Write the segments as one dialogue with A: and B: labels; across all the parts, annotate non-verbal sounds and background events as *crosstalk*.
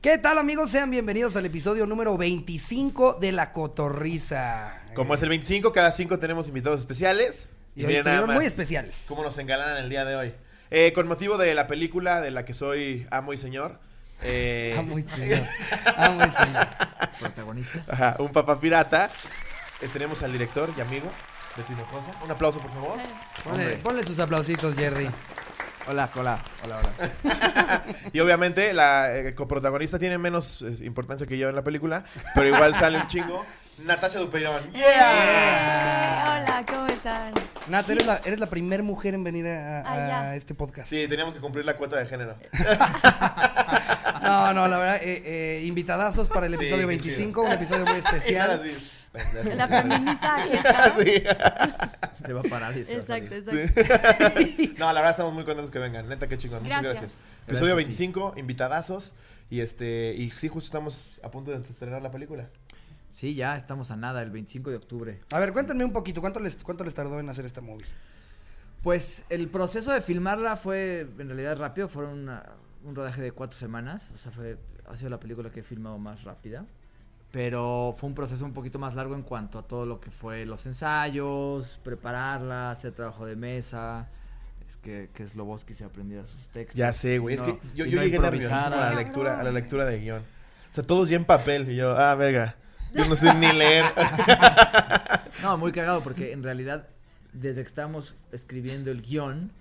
A: ¿Qué tal amigos? Sean bienvenidos al episodio número 25 de La Cotorriza.
B: Como es el 25, cada 5 tenemos invitados especiales.
A: Y hoy
B: mira nada
A: estuvieron
B: más
A: muy especiales.
B: ¿Cómo nos engalanan el día de hoy? Eh, con motivo de la película de la que soy amo y señor. eh,
A: Amo
B: *laughs*
A: y Ah, señor. Amo y señor.
C: protagonista.
B: ajá, un papá pirata. eh, tenemos al director y amigo Beto Hinojosa. Un aplauso, por favor.
A: Ponle, ponle sus aplausitos, Jerry.
C: Hola, hola, hola, hola.
B: Y obviamente la eh, coprotagonista tiene menos eh, importancia que yo en la película, pero igual sale un
A: *laughs*
B: chingo. Natasha Dupeirón. ¡Yeah!
D: Hola, ¿cómo están?
A: Nata, eres la, eres la primer mujer en venir a, a-
D: Ah, ya.
A: a este podcast.
B: Sí, teníamos que cumplir la cuota de género.
A: No, no, la verdad, eh, eh, invitadazos para el
B: Sí,
A: episodio
B: qué
A: 25, un episodio
B: *laughs*
A: muy
B: Y nada,
A: especial.
B: sí. Pendejo.
D: La
B: *laughs*
D: feminista aquí está.
B: Sí.
C: Se va a parar y se va a
D: Exacto,
C: salir.
D: exacto.
B: No, la verdad estamos muy contentos que vengan. Neta, qué chingón. Muchas gracias.
D: Gracias.
B: Episodio
C: Gracias a ti.
B: 25, invitadazos. Y este, y sí, justo estamos a punto de estrenar la película.
C: Sí, ya estamos a nada, el 25 de octubre.
A: A ver, cuéntenme un poquito, ¿cuánto les, cuánto les tardó en hacer esta movie?
C: Pues el proceso de filmarla fue en realidad rápido, fue una- un rodaje de cuatro semanas, o sea, fue, ha sido la película que he filmado más rápida, pero fue un proceso un poquito más largo en cuanto a todo lo que fue los ensayos, prepararla, hacer trabajo de mesa. Es que, que Sloboski se aprendiera sus textos.
B: Ya sé, güey.
C: y
B: es
C: no-
B: que yo,
C: y
B: yo
C: no
B: llegué nerviosísimo a
C: improvisara.
B: la lectura, a la lectura de guión. O sea, todos ya en papel. Y yo, ah, verga. Yo no sé ni leer.
C: No, muy cagado, porque en realidad, desde que estábamos escribiendo el guión,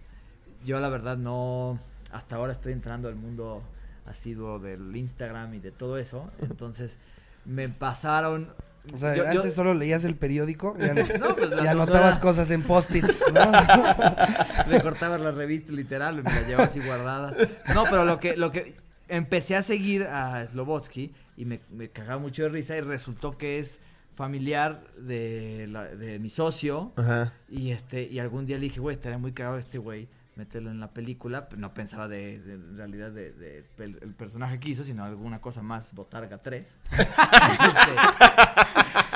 C: yo la verdad no. Hasta ahora estoy entrando al mundo asiduo del Instagram y de todo eso. Entonces, me pasaron.
A: O sea,
C: yo- yo-
A: antes solo leías el periódico, ya, no-
C: No, pues, la
A: ya anotabas
C: doctora-
A: cosas en post-its, ¿no? *laughs*
C: recortaba la revista literal, me la llevaba así guardada. No, pero lo que, lo que empecé a seguir a Slobotsky y me, me cagaba mucho de risa y resultó que es familiar de, la- de mi socio
B: *laughs* Ajá.
C: y este y algún día le dije, güey, estaría muy cagado este güey meterlo en la película, pero no pensaba de, de- en realidad de, de pel- el personaje que hizo, sino alguna cosa más
B: *laughs*
C: botarga Este, 3.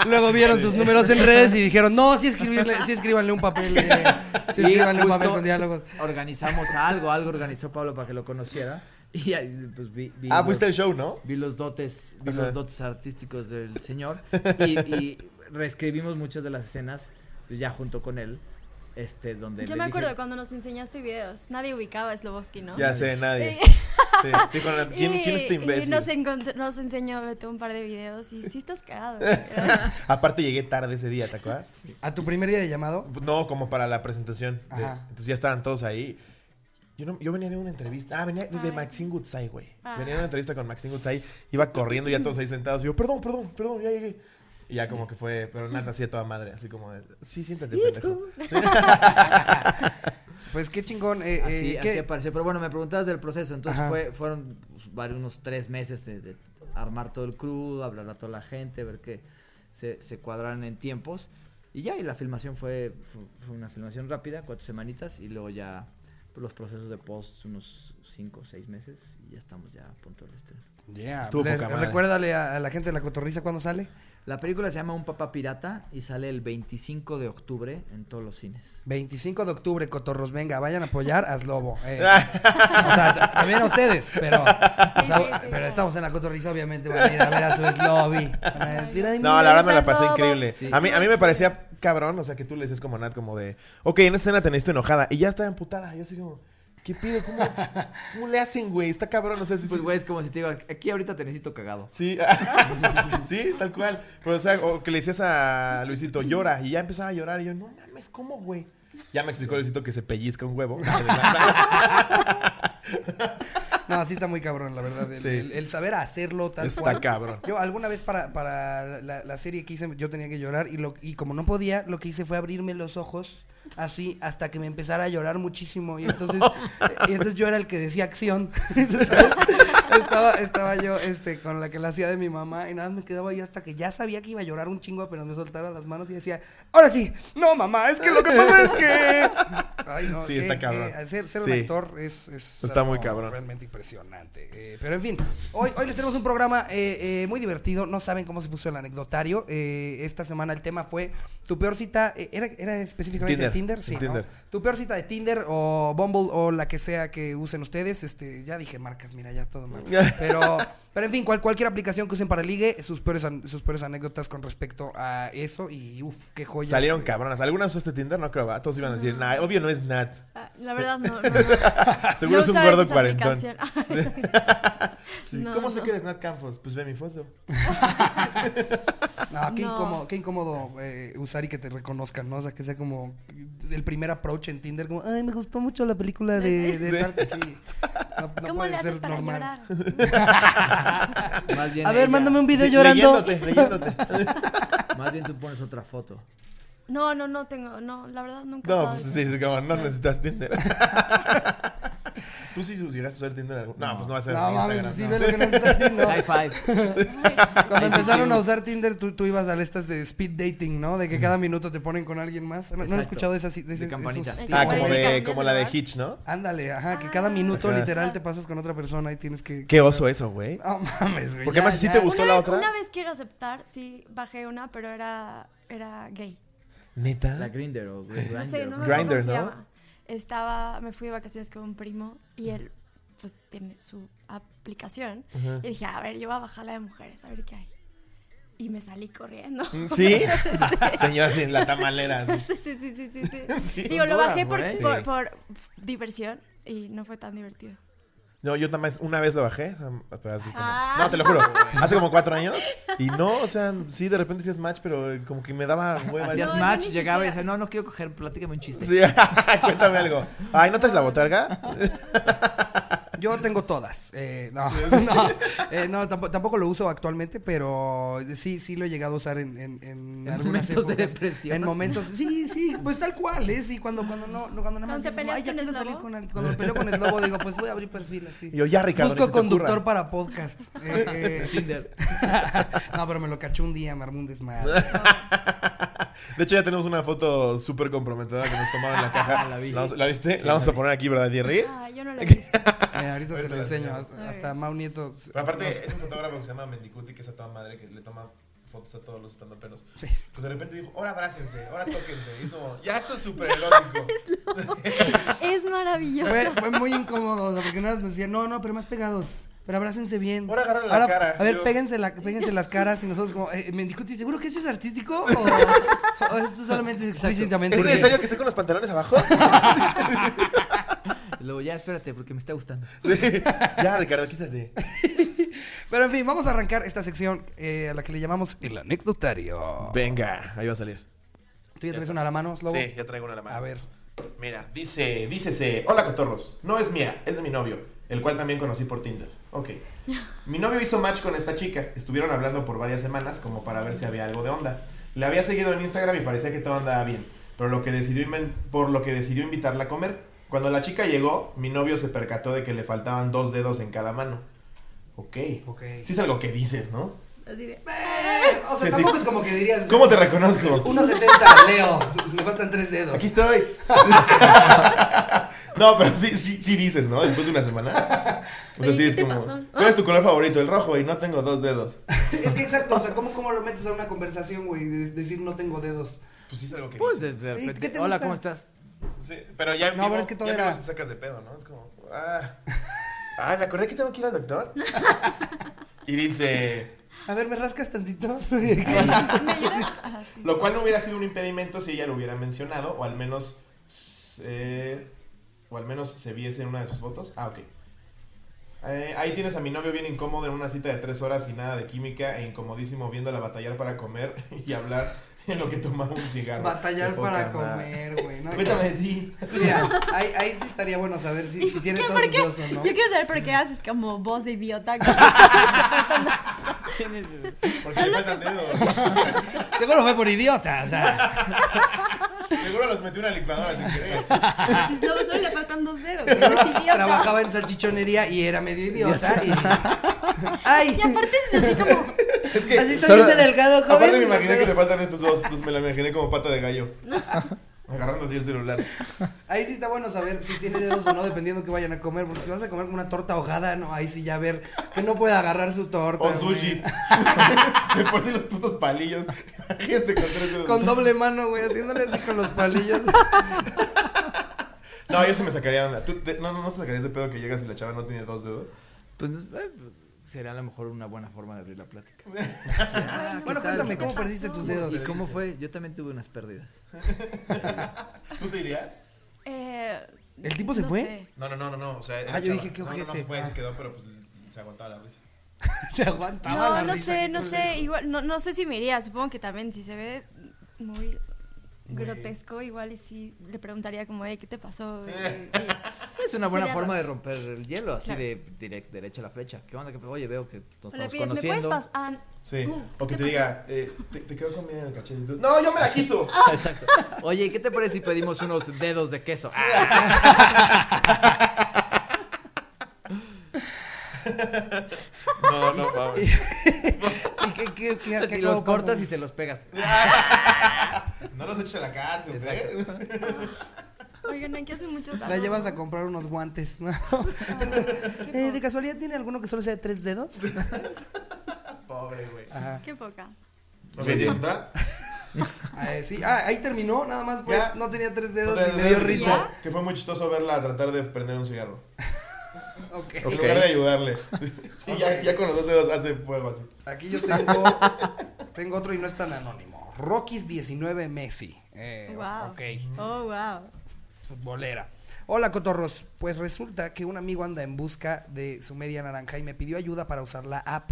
A: Luego vieron sus números en redes y dijeron, no, sí, escribirle, sí escríbanle un papel, eh, sí escríbanle un papel con diálogos.
C: Organizamos algo, algo organizó Pablo para que lo conociera y ahí, pues vi, vi
B: Ah,
C: los-
B: fuiste al show, ¿no?
C: vi los dotes, vi
B: Ajá.
C: los dotes artísticos del
B: *laughs*
C: señor y, y reescribimos muchas de las escenas pues, ya junto con él, este donde
D: Yo
C: le
D: me
C: dije-
D: acuerdo cuando nos enseñaste videos, nadie ubicaba a Sloboski, ¿no?
B: Ya sé, nadie. Sí. Dijo, ¿quién, ¿quién es este
D: Y- Y
B: imbécil?
D: nos, encont- nos enseñó Beto un par de videos y sí estás
B: *laughs*
D: cagado.
B: Aparte llegué tarde ese día, ¿te acuerdas?
A: ¿A tu primer día de llamado?
B: No, como para la presentación. de-
A: Ajá.
B: entonces ya estaban todos ahí. Yo, no- yo venía de una entrevista. Ah, venía de, de
D: Ay.
B: Maxine Goodside, güey.
D: Ah.
B: Venía de una entrevista con Maxine Goodside. Iba corriendo ya todos ahí sentados. Y yo, perdón, perdón, perdón, ya llegué. Y ya como que fue, pero nada, así a toda madre. Así como, de, sí, siéntate, pendejo.
A: Pues qué chingón. eh,
C: Así,
A: eh, ¿qué?
C: así apareció. Pero bueno, me preguntabas del proceso. Entonces
A: Ajá.
C: fue, fueron pues, varios, unos tres meses de, de armar todo el crew, hablar a toda la gente, ver que se, se cuadraran en tiempos. Y ya, y la filmación fue, fue, fue una filmación rápida, cuatro semanitas, y luego ya pues, los procesos de post, unos cinco o seis meses, y ya estamos ya a punto del estreno.
A: Yeah,
B: Estuvo
A: le-
B: poca madre.
A: recuérdale a, a la gente de la cotorriza cuándo sale.
C: La película se llama Un Papá Pirata y sale el 25 de octubre en todos los cines.
A: 25 de octubre, cotorros, venga, vayan a apoyar a Slobo. eh. o sea, t- también a ustedes, pero, o sea,
D: Sí, sí, sí,
A: pero
D: claro.
A: estamos en la cotorriza, obviamente van a ir a ver a su Slobby. Van a decir, "Ay,
B: No,
A: mira,
B: la verdad me
A: ahí
B: la
A: está
B: pasé
A: Slobo".
B: increíble.
C: Sí.
B: A mí, a mí me parecía cabrón, o sea, que tú le dices como a Nat, como de, ok, en esta escena te necesito enojada. Y ya está emputada. Yo así como, ¿qué pido? ¿Cómo, cómo le hacen, güey? Está cabrón, o sea, sí,
C: Pues,
B: sí,
C: güey, es como si te digo, aquí ahorita te
A: *laughs*
C: necesito cagado.
B: Sí, *laughs* sí, tal cual. Pero, o sea, o que le decías a Luisito, llora, y ya empezaba a llorar. Y yo, no mames, ¿cómo, güey? Ya me explicó Luisito que se pellizca un huevo. *laughs*
A: No, sí está muy cabrón, la verdad. El,
B: Sí.
A: el- el saber hacerlo tal cual.
B: Está cabrón.
A: Yo alguna vez para, para la, la serie que hice, yo tenía que llorar y, lo, y como no podía, lo que hice fue abrirme los ojos así hasta que me empezara a llorar muchísimo y entonces, y entonces yo era el que decía acción. *laughs* Entonces, estaba, estaba yo este, con la que la hacía de mi mamá y nada más me quedaba ahí hasta que ya sabía que iba a llorar un chingo apenas me soltara las manos y decía, ahora sí, no mamá, es que lo que pasa es
B: *laughs*
A: que... Ay, no,
B: Sí,
A: qué-
B: está cabrón.
A: qué- ser ser un
B: Sí.
A: actor es... es
B: Está muy
A: algo
B: cabrón.
A: Realmente impresionante. Eh, pero en fin, hoy, hoy les tenemos un programa eh, eh, muy divertido. No saben cómo se puso el anecdotario. Eh, esta semana el tema fue tu peor cita. eh, era, era específicamente
B: Tinder.
A: Tinder? Sí,
B: en Tinder.
A: ¿no? Tu peor cita de Tinder o Bumble o la que sea que usen ustedes. Este, ya dije marcas, mira, ya todo mal. Pero, pero en fin, cual- cualquier aplicación que usen para ligue, sus peores, an- sus peores anécdotas con respecto a eso. Y uff, qué joyas.
B: Salieron
A: güey.
B: cabronas. ¿Alguna usaste Tinder? No creo, ¿verdad? Todos iban a decir, nah, obvio no es Nat.
D: Ah, La verdad, no. no, no.
B: *laughs* Seguro
D: No
B: es un
D: usaba
B: gordo
D: esa
B: cuarentón. *laughs*
D: aplicación. *laughs*
B: Sí,
D: No,
B: ¿Cómo sé
D: no.
B: que eres Nat Campos? Pues ve mi foto.
A: No, qué
D: No.
A: incómodo, qué incómodo eh, usar y que te reconozcan, ¿no? O sea, que sea como el primer approach en Tinder, como, ay, me gustó mucho la película de, de tal que sí. No, no
D: ¿Cómo
A: puede
D: le haces
A: ser
D: para
A: normal. *laughs*
D: llorar?
C: Más bien
A: A ver,
C: ella.
A: mándame un video
B: Sí,
A: llorando.
B: Leyéndote, este leyéndote.
C: Más bien tú pones otra foto.
D: No, no, no tengo. No, la verdad, nunca he
B: No,
D: usado
B: pues
D: eso.
B: sí, sí, como, no necesitas Tinder. *laughs* ¿Tú sí llegaste a usar Tinder? algún- No, pues no va a ser
A: No
B: en
A: mames,
B: Instagram,
A: sí
B: no.
A: ve lo que nos está
B: *laughs*
A: haciendo.
C: High five.
D: *laughs*
A: Cuando empezaron a usar Tinder, tú, tú ibas a estas de speed dating, ¿no? De que cada minuto te ponen con alguien más. ¿No, no han
C: Exacto.
A: escuchado de esas? De,
C: De
A: esos-
C: campanita.
A: esos-
B: Ah, como,
D: Igual
B: de,
D: de-
B: como la de Hitch, ¿no?
A: Ándale, ajá, que
D: Ah.
A: cada minuto
B: Ajá.
A: literal te pasas con otra persona y tienes que... *laughs*
B: Qué oso eso, güey.
A: No mames, güey.
B: Porque
A: ya,
B: además si
A: ya.
B: te gustó
D: una,
B: la
D: vez,
B: otra.
D: una vez quiero aceptar, sí, bajé una, pero era, era gay.
C: La
B: Neta.
C: *laughs* Grinder o Grinder.
D: No sé, no me acuerdo
B: Grindr,
D: cómo se
B: ¿no?
D: llama. Estaba, me fui de vacaciones con un primo y él pues tiene su aplicación.
B: Ajá.
D: Y dije, a ver, yo voy a bajar la de mujeres, a ver qué hay. Y me salí corriendo.
A: Mm,
B: ¿Sí? Señora, sí, la tamalera.
D: *laughs* sí, sí, sí, sí, sí,
A: *laughs*
D: sí.
B: Sí,
D: Digo, lo
C: bodas,
D: bajé por,
C: güey.
A: eh?
D: por-
B: Sí.
D: por diversión y no fue tan divertido.
B: No, yo también una vez lo bajé. um, pero así como-
D: Ah.
B: No, te lo juro. Hace como cuatro años. Y no, o sea, sí, de repente hacías match, pero eh, como que me daba hueva.
C: Hacías
D: No, yo
C: match,
D: ni
C: llegaba y
D: siquiera.
C: decía, no, no quiero coger, platícame un chiste.
B: Sí, *laughs* cuéntame algo. Ay, ¿no traes la botarga?
A: Yo tengo todas. Eh, no, *laughs* no, eh, no, tampo- tampoco, lo uso actualmente, pero sí, sí lo he llegado a usar en, en, en
C: En
A: algunas
C: momentos de
A: épocas.
C: depresión.
A: En momentos, sí, sí, pues tal cual, ¿eh? Sí, cuando, cuando no, no, cuando nada más
D: Cuando te
A: dices,
D: peleas
A: ay, ya
D: con
A: quiero
D: Slobo".
A: salir con alguien. Cuando me peleo con Slobo, digo, pues voy a abrir perfil así.
B: Y yo, ya, Ricardo. ni
A: Busco
B: se te ocurra.
A: conductor para
B: *laughs*
A: podcast. Eh, eh,
C: Tinder.
A: *laughs* no, pero me lo cachó un día, me armó un
B: *laughs*
A: desmadre.
B: De hecho, ya tenemos una foto súper comprometedora que nos tomaron en la caja.
C: La
B: la,
C: vi.
B: vamos- ¿la viste? la vamos a poner aquí, ¿verdad, Jerry?
D: Ah, yo no lo he visto.
A: Eh, ahorita te
B: Ahorita
A: lo
B: la
A: enseño.
B: enseñamos.
A: Hasta, hasta Mau Nieto.
B: Pero aparte, es un fotógrafo que se llama Mendicuti, que es a toda madre, que le toma fotos a todos los estandoperos. Pues de repente dijo, ahora abrácense, ahora tóquense. Y es como, *laughs* ya esto es súper erótico.
D: es
A: *laughs*
D: maravilloso.
A: Fue, fue muy incómodo, o sea, porque nada más nos decían, no, no, pero más pegados. Pero abrácense bien.
B: Ahora agarran la cara,
A: A ver,
B: yo-
A: péguense, la- péguense las caras y nosotros como, eh, Mendicuti, ¿seguro que eso es artístico?
B: *laughs*
A: ¿O, o esto solamente es explícitamente?
B: ¿Es
A: que-
B: necesario que esté con los pantalones abajo?
C: Y Luego, ya, espérate, porque me está gustando.
B: *laughs* Sí. Ya, Ricardo, quítate.
A: Pero en fin, vamos a arrancar esta sección eh, a la que le llamamos el anecdotario.
B: Venga, ahí va a salir.
A: ¿Tú ya traes una a la mano, Slobo?
B: Sí, ya traigo una a la mano.
A: A ver.
B: Mira, dice, dícese, hola cotorros, no es mía, es de mi novio, el cual también conocí por Tinder. Ok. Mi novio hizo match con esta chica, estuvieron hablando por varias semanas como para ver si había algo de onda. La había seguido en Instagram y parecía que todo andaba bien, pero lo que decidió inven- por lo que decidió invitarla a comer. Cuando la chica llegó, mi novio se percató de que le faltaban dos dedos en cada mano. Ok.
A: Ok.
B: Sí es algo que dices, ¿no?
D: Así de-
A: O sea,
B: Sí, sí.
A: tampoco es como que dirías...
B: ¿Cómo te reconozco?
A: 1.70, Leo. Me faltan tres dedos.
B: Aquí estoy. *laughs* no, pero sí, sí, sí dices, ¿no? Después de una semana. O sea,
D: Oye,
B: sí
D: ¿qué
B: es
D: te
B: como.
D: pasó?
B: ¿Cuál es tu color favorito? El rojo, y no tengo dos dedos.
A: Es que exacto, o sea, ¿cómo, cómo lo metes a una conversación, güey? de- decir no tengo dedos.
B: Pues sí es algo que
C: *laughs* Pues de
A: ¿Y qué
C: repente,
A: te
C: hola,
A: gusta?
C: ¿cómo estás?
B: Sí, pero ya en
A: No,
B: vivo-
A: pero es que todo
B: ya en vivo
A: era-
B: se sacas de pedo, ¿no? Es como.
A: *laughs*
B: Ah. Ah, me acordé que tengo que ir al doctor. y dice.
A: A ver, ¿me rascas
B: *laughs*
A: tantito?
D: ¿Me ayudas? Ajá, sí.
B: Lo cual no hubiera sido un impedimento si ella lo hubiera mencionado, o al menos. eh, o al menos se viese en una de sus fotos. Ah, ok. Eh, ahí tienes a mi novio bien incómodo en una cita de tres horas sin nada de química e incomodísimo viéndola batallar para comer *laughs* y hablar en lo que tomaba un cigarro.
A: Batallar
B: De poca
A: para
B: madre.
A: comer, güey. ¿no?
B: Cuéntame de ti.
A: *laughs* Mira, ahí, ahí sí estaría bueno saber si, si tiene
D: *laughs* ¿Qué?
A: todos
D: ¿Por qué?
A: esos dos o no.
D: Yo quiero saber por qué haces como voz
A: *laughs*
D: de idiota.
B: Porque le faltan dedos.
A: Seguro fue por idiota, o sea.
B: Seguro los metí una licuadora sin querer.
D: Y solo solo le faltan dos
A: *laughs*
D: dedos.
A: seguro
D: eres idiota.
A: Trabajaba en salchichonería y era medio idiota. y... ¡Ay!
D: Y aparte es así como,
B: Es que
A: Así estoy
B: solo-
A: bien de delgado, joven.
B: Aparte me
A: y los
B: imaginé que le
A: dedos.
B: faltan estos dos. Los me la imaginé como pata de gallo. *laughs* agarrando así el celular.
A: Ahí sí está bueno saber si tiene dedos o no, dependiendo que vayan a comer. Porque si vas a comer con una torta ahogada, no, ahí sí ya ver que no puede agarrar su torta.
B: O
A: güey.
B: sushi. *laughs* De por sí los putos palillos. Gente con tres dedos.
A: Con doble mano, güey, haciéndole así con los palillos.
B: Ah, No, yo sí me sacaría de onda. ¿Tú te- no, no te sacarías de pedo que llegas y la chava no tiene dos dedos?
C: Pues eh, sería a lo mejor una buena forma de abrir la plática.
A: bueno,
C: ¿qué tal?
A: cuéntame, ¿cómo perdiste tus dedos?
C: ¿Y cómo fue? Yo también tuve unas pérdidas.
B: ¿Tú te dirías?
D: Eh,
A: ¿El tipo se
D: no
A: fue?
D: sé.
B: No, no, no, no, no. O sea, era
A: Ah, yo
B: chava.
A: dije, qué
B: no, no, no
A: ojete.
B: se fue, se
A: Ah.
B: quedó, pero pues se aguantaba la risa.
A: Se aguantaba la
D: No, no
A: risa,
D: sé,
A: qué
D: no
A: culero.
D: sé. Igual, no, no sé si me iría. Supongo que también si se ve muy grotesco, igual y sí le preguntaría como, "Ey, ¿qué
B: *laughs*
D: te pasó? Eh, eh,
C: Es una buena
D: Sería
C: forma
D: raro.
C: de romper el hielo, así
D: Claro.
C: de direct- derecho a la flecha. ¿Qué onda? ¿Qué- Oye, veo que nos
D: o le pides,
C: estamos
D: ¿me puedes
C: conociendo.
D: pasar? Ah,
B: Sí.
D: uh,
B: o que te
D: ¿qué pasó?
B: diga, eh, te, te quedo comida en el cachete. y tú, No, yo me
A: *laughs*
B: la quito.
A: Ah.
C: Exacto. Oye, ¿qué te parece si pedimos unos dedos de
D: *laughs*
C: queso? Ah,
B: No,
A: *laughs*
B: no, Pablo.
A: ¿Y qué, qué, qué, qué
C: si los
A: acabó
C: cortas
A: pasando?
C: y se los pegas.
B: No los eches a la cárcel, ¿eh?
C: Exacto.
D: Oigan, aquí hace mucho calor. Ah,
A: La llevas a comprar unos guantes, *laughs* ¿no? Eh, ¿De
D: qué,
A: casualidad tiene alguno que solo sea de tres dedos?
B: *laughs* Pobre, güey.
A: Ajá.
D: po- qué poca.
B: Ok, ¿tienes otra?
A: Ah, eh, sí. Ah, ahí terminó, nada más fue-
B: Ya.
A: no tenía tres dedos
B: Otra
A: y me
B: de-
A: dio
B: de-
A: risa.
B: Que fue muy chistoso verla tratar de prender un cigarro.
A: Ok.
B: En
C: Ok.
B: lugar de ayudarle. *laughs* Sí, ya, ya con los dos dedos hace fuego así.
A: Aquí yo tengo, tengo otro y no es tan anónimo. Rockies 19 Messi. Eh,
D: Wow.
A: Ok.
D: Oh, wow.
A: Futbolera. Hola, cotorros. Pues resulta que un amigo anda en busca de su media naranja y me pidió ayuda para usar la app.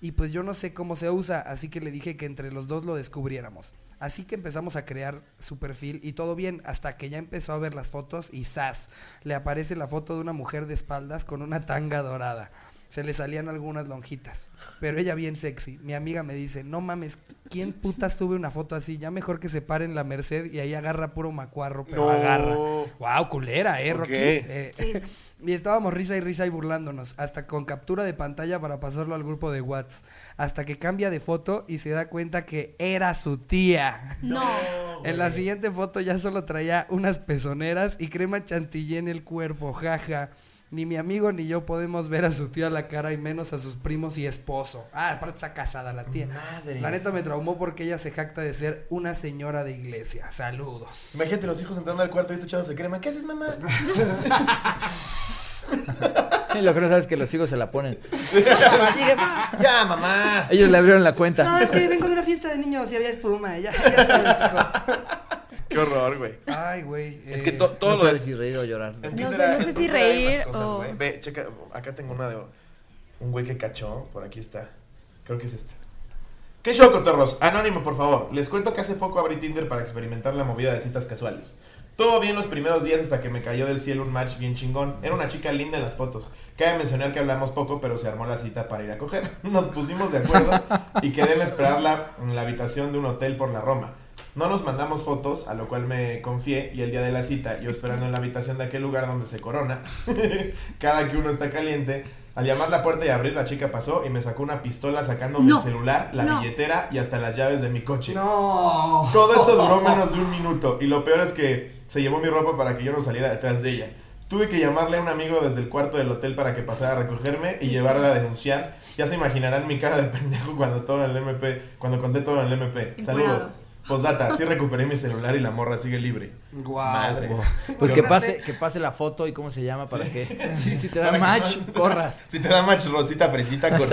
A: Y pues yo no sé cómo se usa, así que le dije que entre los dos lo descubriéramos. Así que empezamos a crear su perfil y todo bien, hasta que ya empezó a ver las fotos y ¡zas! Le aparece la foto de una mujer de espaldas con una tanga dorada. Se le salían algunas lonjitas, pero ella bien sexy. Mi amiga me dice, no mames, ¿quién puta sube una foto así? Ya mejor que se pare en la Merced y ahí agarra puro macuarro, pero
B: No.
A: agarra. Wow, culera, eh,
B: Ok.
A: Rockies. Eh, *laughs* y estábamos risa y risa y burlándonos, hasta con captura de pantalla para pasarlo al grupo de WhatsApp, hasta que cambia de foto y se da cuenta que era su tía.
D: No.
A: En la siguiente foto ya solo traía unas pezoneras y crema chantilly en el cuerpo, jaja. Ni mi amigo ni yo podemos ver a su tía a la cara y menos a sus primos y esposo. Ah, aparte está casada la tía.
B: Madres.
A: La neta me traumó porque ella se jacta de ser una señora de iglesia. Saludos.
B: Imagínate los hijos entrando al cuarto y este chavo se crema. ¿Qué haces, mamá?
C: Lo que no sabes es que los hijos se la ponen.
B: ya, mamá.
C: Ellos le abrieron la cuenta.
A: No, Ah, es que vengo de una fiesta de niños y había espuma. Ya, ya
C: *laughs*
A: sabes, hijo.
B: Qué horror, güey.
A: Ay, güey.
B: Es
A: eh,
B: que to- todo
C: no
B: lo de Pues
C: sabes si reír o llorar.
B: En
D: No
B: Tinder
D: sé-
B: hay-
D: no sé si
B: en Tinder hay
D: reír
B: más cosas,
D: o-
B: güey. Ve, checa, acá tengo una de un güey que cachó, por aquí está. Creo que es este. ¿Qué show, cotorros? Anónimo, por favor. Les cuento que hace poco abrí Tinder para experimentar la movida de citas casuales. Todo bien los primeros días hasta que me cayó del cielo un match bien chingón. Era una chica linda en las fotos. Cabe mencionar que hablamos poco, pero se armó la cita para ir a coger. *laughs* Nos pusimos de acuerdo y quedé en esperarla en la habitación de un hotel por la Roma. No nos mandamos fotos, a lo cual me confié, y el día de la cita, yo esperando en la habitación de aquel lugar donde se corona, *laughs* cada que uno está caliente, al llamar la puerta y abrir, la chica pasó y me sacó una pistola sacándome
D: No.
B: el celular, la
D: No.
B: billetera y hasta las llaves de mi coche.
A: No.
B: Todo esto duró menos de un minuto, y lo peor es que se llevó mi ropa para que yo no saliera detrás de ella. Tuve que llamarle a un amigo desde el cuarto del hotel para que pasara a recogerme y llevarla a denunciar. Ya se imaginarán mi cara de *laughs* pendejo cuando todo en el MP, cuando conté todo en el MP. Saludos.
D: Enculado.
B: Postdata, sí recuperé mi celular y la morra sigue libre.
A: Guau.
B: Madres.
C: Pues
B: Yo-
C: que pase, que pase la foto y cómo se llama
B: *laughs*
C: para que si, si te
B: Para
C: da
B: que
C: match,
B: no- *laughs*
C: corras.
B: Si te da match rosita, fresita, con...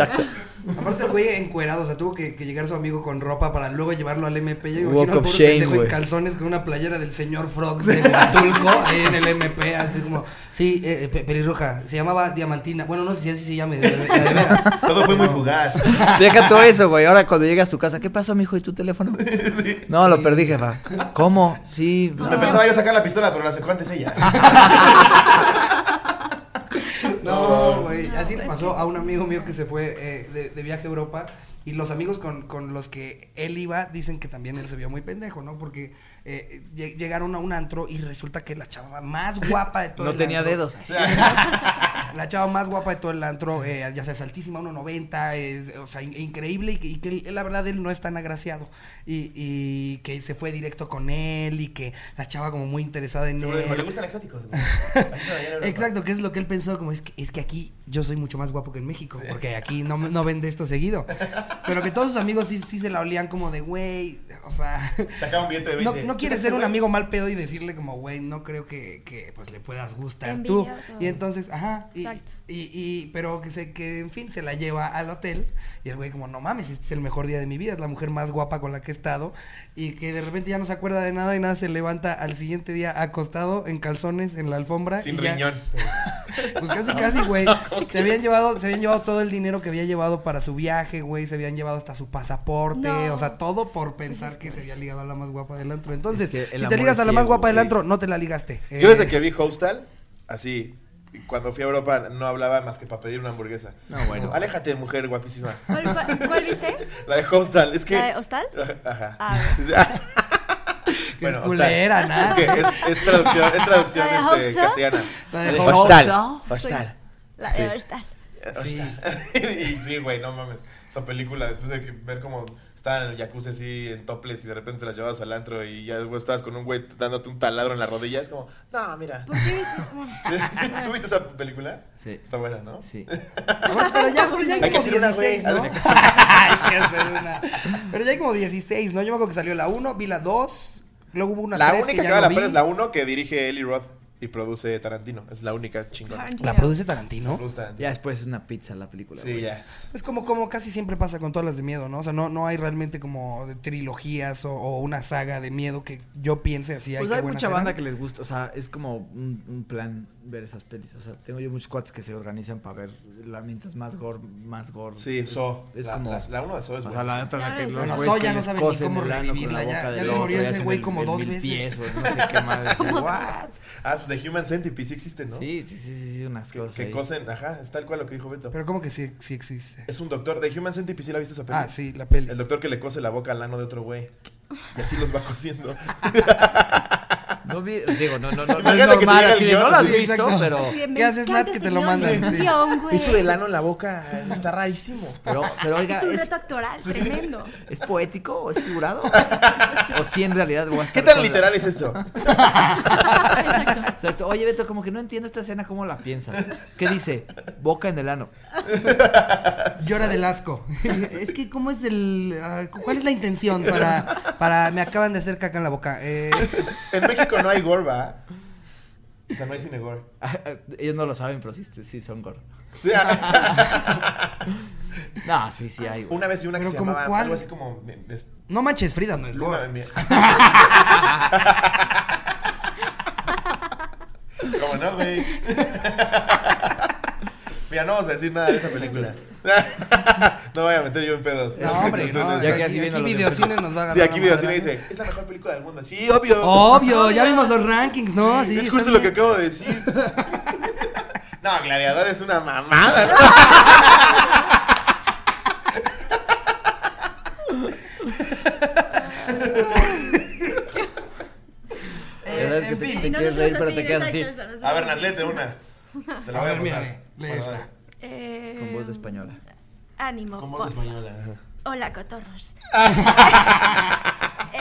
A: Aparte el güey encuerado, o sea, tuvo que, que llegar su amigo con ropa para luego llevarlo al MP. Yo
C: Walk
A: imagino al
C: of
A: pobre
C: shame,
A: pendejo en
C: güey.
A: calzones con una playera del señor Frogs de Huatulco,
C: *laughs*
A: ahí en el MP, así como, sí, eh, pe- pelirroja, se llamaba Diamantina. Bueno, no sé si así se llame, de, de- de veras.
B: Todo fue muy fugaz. *laughs*
C: Deja todo eso, güey. Ahora cuando llegas a tu casa, ¿qué pasó, mijo? ¿Y tu teléfono? No, lo perdí, jefa. ¿Cómo? Sí.
B: Pues
C: no.
B: me pensaba yo sacar la pistola, pero la sacó antes ella.
A: *laughs* No, güey. Así le
D: es
A: pasó a un amigo mío que se fue eh, de, de viaje a Europa. Y los amigos con, con los que él iba dicen que también él se vio muy pendejo, ¿no? Porque eh, lle- llegaron a un antro y resulta que la chava más guapa de todo
C: No
A: el
C: tenía
A: antro-
C: dedos.
B: O sea,
A: la chava más guapa de todo el antro, eh, ya sabes, altísima, 1.90, es, o sea, in- increíble, y que, y que él- la verdad él no es tan agraciado, y, y que se fue directo con él, y que la chava como muy interesada en
B: Seguro dijo, le
A: él.
B: gustan exóticos. güey. *laughs* Ahí se vayan a Europa.
A: Exacto, que es lo que él pensó, como es que, es que aquí yo soy mucho más guapo que en México, porque aquí no, no vende esto seguido. Pero que todos sus amigos sí, sí se la olían como de, güey, o sea,
B: Sacaba un billete de
A: no,
B: 20.
A: no quieres
B: Este
A: ser un
B: güey-
A: amigo mal pedo y decirle como, güey, no creo que, que, pues le puedas gustar tú.
D: Envidioso.
A: Y entonces, ajá. Y,
D: Exacto.
A: y- y- pero que se, que en fin, se la lleva al hotel. Y el güey como, no mames, este es el mejor día de mi vida, es la mujer más guapa con la que he estado. Y que de repente ya no se acuerda de nada y nada, se levanta al siguiente día acostado en calzones en la alfombra.
B: Sin
A: y ya-
B: riñón.
A: pues casi, casi, güey. Se habían llevado, se habían llevado todo el dinero que había llevado para su viaje, güey. Se habían llevado hasta su pasaporte.
D: No.
A: O sea, todo por pensar Pues que se había ligado a la más guapa del antro. Entonces,
C: Es que el
A: si te
C: amor
A: ligas
C: es
A: a la más
C: ciego,
A: guapa del
B: sí.
A: antro, no te la ligaste. Eh,
B: Yo desde que vi Hostal, así, cuando fui a Europa no hablaba más que para pedir una hamburguesa.
C: No, bueno.
B: Aléjate, mujer guapísima.
D: ¿Cuál, cuál- cuál viste?
B: *laughs* La de Hostal, es que...
D: ¿La de Hostal?
B: *laughs* Ajá.
D: Ah.
B: Sí, sí.
A: *laughs* que Eh, es
B: Hostal.
A: culera,
B: Es
A: nada.
B: que es, es traducción, es traducción
D: ¿La de
B: este,
D: Hostal?
B: castellana.
A: La de
C: Hostal.
B: Hostal.
D: La de
B: Sí.
D: Hostal.
A: Sí.
B: *laughs* y sí, güey, no mames. Esa película, después de que- ver cómo estaban en el jacuzzi así en toples y de repente las llevabas al antro y ya después estabas con un güey dándote un taladro en la rodilla, es como, no, mira. *laughs*
D: ¿Por qué dices? Ah, Bueno,
B: ¿Tú viste esa película?
C: Sí.
B: Está buena, ¿no?
C: Sí.
A: Bueno, pero ya, pero ya hay
B: Hay que
A: como
B: hacer una,
A: 16, ¿no? *laughs*
B: güey.
A: Hay que hacer una. Pero ya hay como 16, ¿no? Yo me acuerdo que salió la 1, vi la 2, luego hubo una
B: La
A: 3
B: única
A: que
B: que
A: ya no
B: vale la
A: vi.
B: pena es la 1 que dirige Eli Roth y produce Tarantino. Es la única chingona.
D: Tarantino.
A: ¿La produce Tarantino?
B: Produce Tarantino.
C: Ya después es una pizza la película.
B: Sí,
C: güey.
B: ya. es.
A: Es como, como casi siempre pasa con todas las de miedo, ¿no? O sea, no, no hay realmente como trilogías o, o una saga de miedo que yo piense así. ay,
C: Pues
A: qué
C: hay
A: buenas
C: mucha
A: eran.
C: banda que les gusta, o sea, es como un, un plan ver esas pelis. O sea, tengo yo muchos cuates que se organizan para ver la mientras más gore, más gore.
B: Sí,
C: Es-
B: So.
C: Es
B: la,
C: como.
B: la- la uno de So es
C: o
B: buena.
C: sea, la otra la
D: Claro,
C: que los
D: sí.
A: La
C: güeyes
A: soya
C: que
A: no
C: les
A: saben ni
C: cosen
A: cómo
C: el ano con la
A: revivirla, ya-
C: boca
A: ya
C: del
A: se
C: otro,
A: murió ese
C: hacen
A: güey
C: el-
A: como
C: el
A: dos
C: mil
A: veces.
C: pies, o no sé
A: *laughs*
C: qué madre. What?
B: Ah, pues The Human Centipede sí existe, ¿no?
C: Sí, sí, sí, sí, sí, unas
B: Que,
C: cosas.
B: que
C: ahí.
B: cosen, ajá, es tal cual lo que dijo Beto.
A: Pero como que sí, sí existe.
B: Es un doctor. De Human Centipede, ¿sí la viste esa película?
A: Ah, sí, la peli.
B: El doctor que le cose la boca al ano de otro güey. Y así los va cosiendo.
C: No vi, digo, no, no, no, no es
B: Imagínate que te llega
C: normal, así
B: el
C: de, no
B: guión,
C: lo has
A: sí,
C: visto,
A: exacto.
C: pero,
A: *laughs*
D: así de, me
A: ¿Qué haces,
D: encanta
A: Nat, que
D: ese
A: te lo
D: guión,
A: mandan?
D: ese
A: Sí.
D: guión, güey.
B: Eso del ano en la boca eh, está rarísimo.
C: pero, pero oiga,
D: Ah, Es un
C: es,
D: reto actoral tremendo.
C: *laughs* ¿es poético o es figurado? o si en realidad voy a estar
B: ¿Qué tan
C: con la-
B: literal es esto?
D: Exacto.
C: Exacto. Oye, Beto, como que no entiendo esta escena, ¿cómo la piensas? ¿Qué dice? Boca en el ano.
A: Llora del asco. es que, ¿cómo es el...? ah, ¿Cuál es la intención para, para... Me acaban de hacer caca en la boca. Eh,
B: En México no hay gore, ¿va? O sea, no hay cine gore.
C: Ah, Ellos no lo saben, pero sí, sí son gordos.
B: Sí,
C: No, sí, sí hay, güey.
B: una vez vi una que
A: Pero
B: se
A: ¿como
B: llamaba
A: cuál?
B: algo así como... me- me-
A: no manches, Frida, no es
B: Luna de
A: gore. *laughs*
B: miel. ¿Cómo no, güey? Mira, no vamos a decir nada de
A: *laughs*
B: esa película. no voy a meter yo en pedos.
A: No, hombre, no.
C: Ya
A: aquí-
C: que así viendo
A: aquí
C: los
A: Videocine nos va a ganar.
B: Sí, aquí
A: la
B: Videocine
A: madre.
B: dice, es la mejor película del mundo. Sí, obvio.
A: Obvio, ya vimos los rankings, Oh, ¿no? Sí,
B: es
A: está
B: justo lo que
A: bien.
B: acabo de
A: *laughs*
B: decir. No, Gladiador es una mamada. ¿no?
C: La verdad es que
A: Eh, en
C: te-
A: fin.
C: te
D: No
C: quieres
D: nos
C: reír,
D: vamos
C: pero te quedas así.
D: exacto, exacto,
B: A ver,
D: exacto.
B: Natlete, una. Te la
A: A
B: voy
A: ver,
B: a pasar.
A: mírale, lee
B: Bueno,
A: esta.
D: Eh,
C: Con voz de española.
D: Ánimo.
B: Con voz
D: por
B: de española. ajá.
A: *laughs*
D: favor. Hola, cotorros.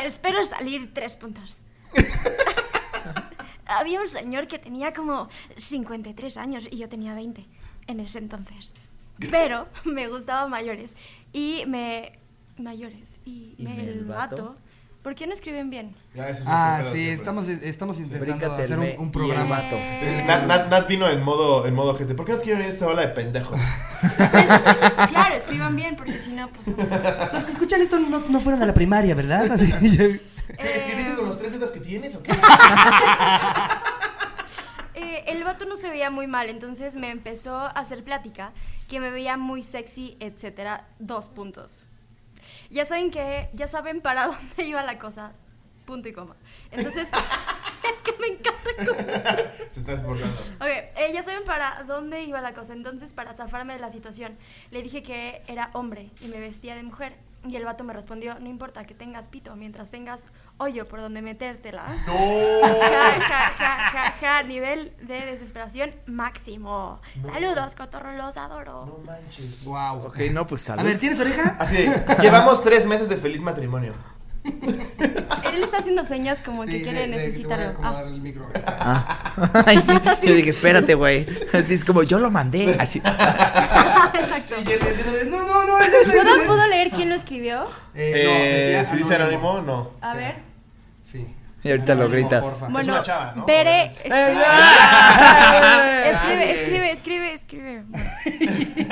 D: Espero salir
B: *laughs*
D: tres puntos. Había un señor que tenía como 53 años y yo tenía 20 en ese entonces. Pero me gustaban mayores. Y me... Mayores. Y,
C: ¿Y
D: me
C: me el
D: el
C: vato?
D: vato. ¿por qué no escriben bien?
B: Ya, eso es
A: Ah,
B: un pedo
A: sí,
B: siempre.
A: estamos, estamos intentando
C: Bríncate
A: hacer
C: el
A: un,
C: me
A: un
C: y
A: programa.
C: el Ah, vato.
D: Eh,
B: Nat, Nat- Nat vino en modo, en modo gente. ¿Por qué nos quieren en esta ola
A: *laughs*
B: de pendejos?
D: Pues, claro, escriban bien, porque si no, pues no.
A: Los que escuchan esto no, no fueron a la primaria,
C: *laughs*
A: ¿verdad? Así,
D: Eh,
B: tres dedos que tienes
A: *laughs*
B: o qué?
D: Eh, el vato no se veía muy mal, entonces me empezó a hacer plática, que me veía muy sexy, etcétera, dos puntos. Ya saben que, ya saben para *laughs* dónde iba la cosa, punto y coma. Entonces, *laughs* es que me encanta cómo-
B: Se está esforzando.
D: Ok, eh, ya saben para dónde iba la cosa, entonces para zafarme de la situación, le dije que era hombre y me vestía de mujer. Y el vato me respondió, no importa que tengas pito, mientras tengas hoyo por donde metértela.
B: ¡No!
D: Ja, ja, ja, ja, ja, nivel de desesperación máximo. Saludos, cotorro, los adoro.
B: No manches.
A: Wow.
C: Ok, no, pues salud.
A: A ver, ¿tienes oreja?
B: Así de, llevamos tres meses de feliz matrimonio.
D: Él está haciendo señas como que quiere necesitarlo.
A: acomodar el micro.
C: Ah. *laughs* Ay, sí. Yo dije, espérate, güey. Así es como, yo lo mandé. Así.
D: Ah, exacto.
A: Y él diciéndole, no, no, no, es ese. es
D: ¿Puedo,
A: ese".
D: puedo leer quién lo escribió?
A: Eh, no,
B: Eh,
A: decía
B: si dice anónimo, no.
D: A ver.
A: Sí.
C: Y ahorita lo gritas.
A: porfa.
D: Bueno,
B: una chava, ¿no?
A: ¡Eh,
D: Bere- escribe, *laughs*
A: ah!
D: escribe,
A: Dale.
D: escribe, escribe, escribe.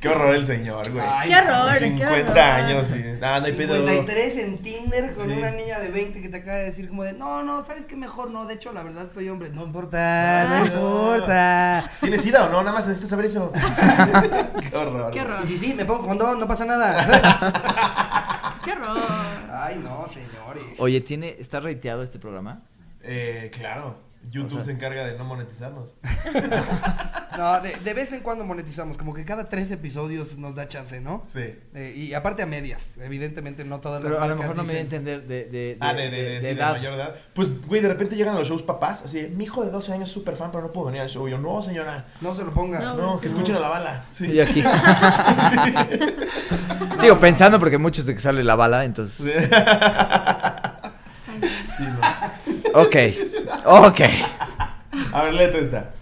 B: Qué horror el señor, güey.
A: Ay,
D: Qué horror, qué
B: 50
D: horror.
B: años y. Ah, no hay pedo.
A: 53 en Tinder con
B: Sí.
A: una niña de 20 que te acaba de decir como de, no, no, ¿sabes qué mejor? No, de hecho, la verdad soy hombre. No importa,
B: Ah.
A: no importa.
B: ¿Tienes sida o no? Nada más necesito saber
D: *laughs*
B: eso. Qué horror.
D: Qué horror,
A: Y si sí, me pongo condón, no pasa nada.
C: *laughs*
D: qué horror.
A: Ay, no, señores.
C: Oye, ¿tiene, ¿está reiteado este programa?
B: Eh, claro. YouTube se encarga de no
C: *laughs*
B: monetizarnos.
A: No, de, de vez en cuando monetizamos, como que cada tres episodios nos da chance, ¿no?
B: Sí.
A: Eh, y aparte a medias, evidentemente no todas las
C: Pero a lo
A: marcas
C: mejor no me voy
A: dicen-
C: a entender de, de, de,
B: Ah, de, de, de, sí, de
C: edad. *laughs*
B: mayor edad. Pues, güey, de repente llegan a los shows papás. Así, mi hijo de 12 años es súper fan, pero no puedo venir al show. Y yo, no, señora.
A: No se lo ponga.
B: No, que escuchen a la bala. Sí. *laughs*
C: Yo aquí. *laughs* Digo, pensando porque muchos de que sale la bala, entonces.
B: Sí, no.
C: Ok, ok.
B: A ver, léete esta.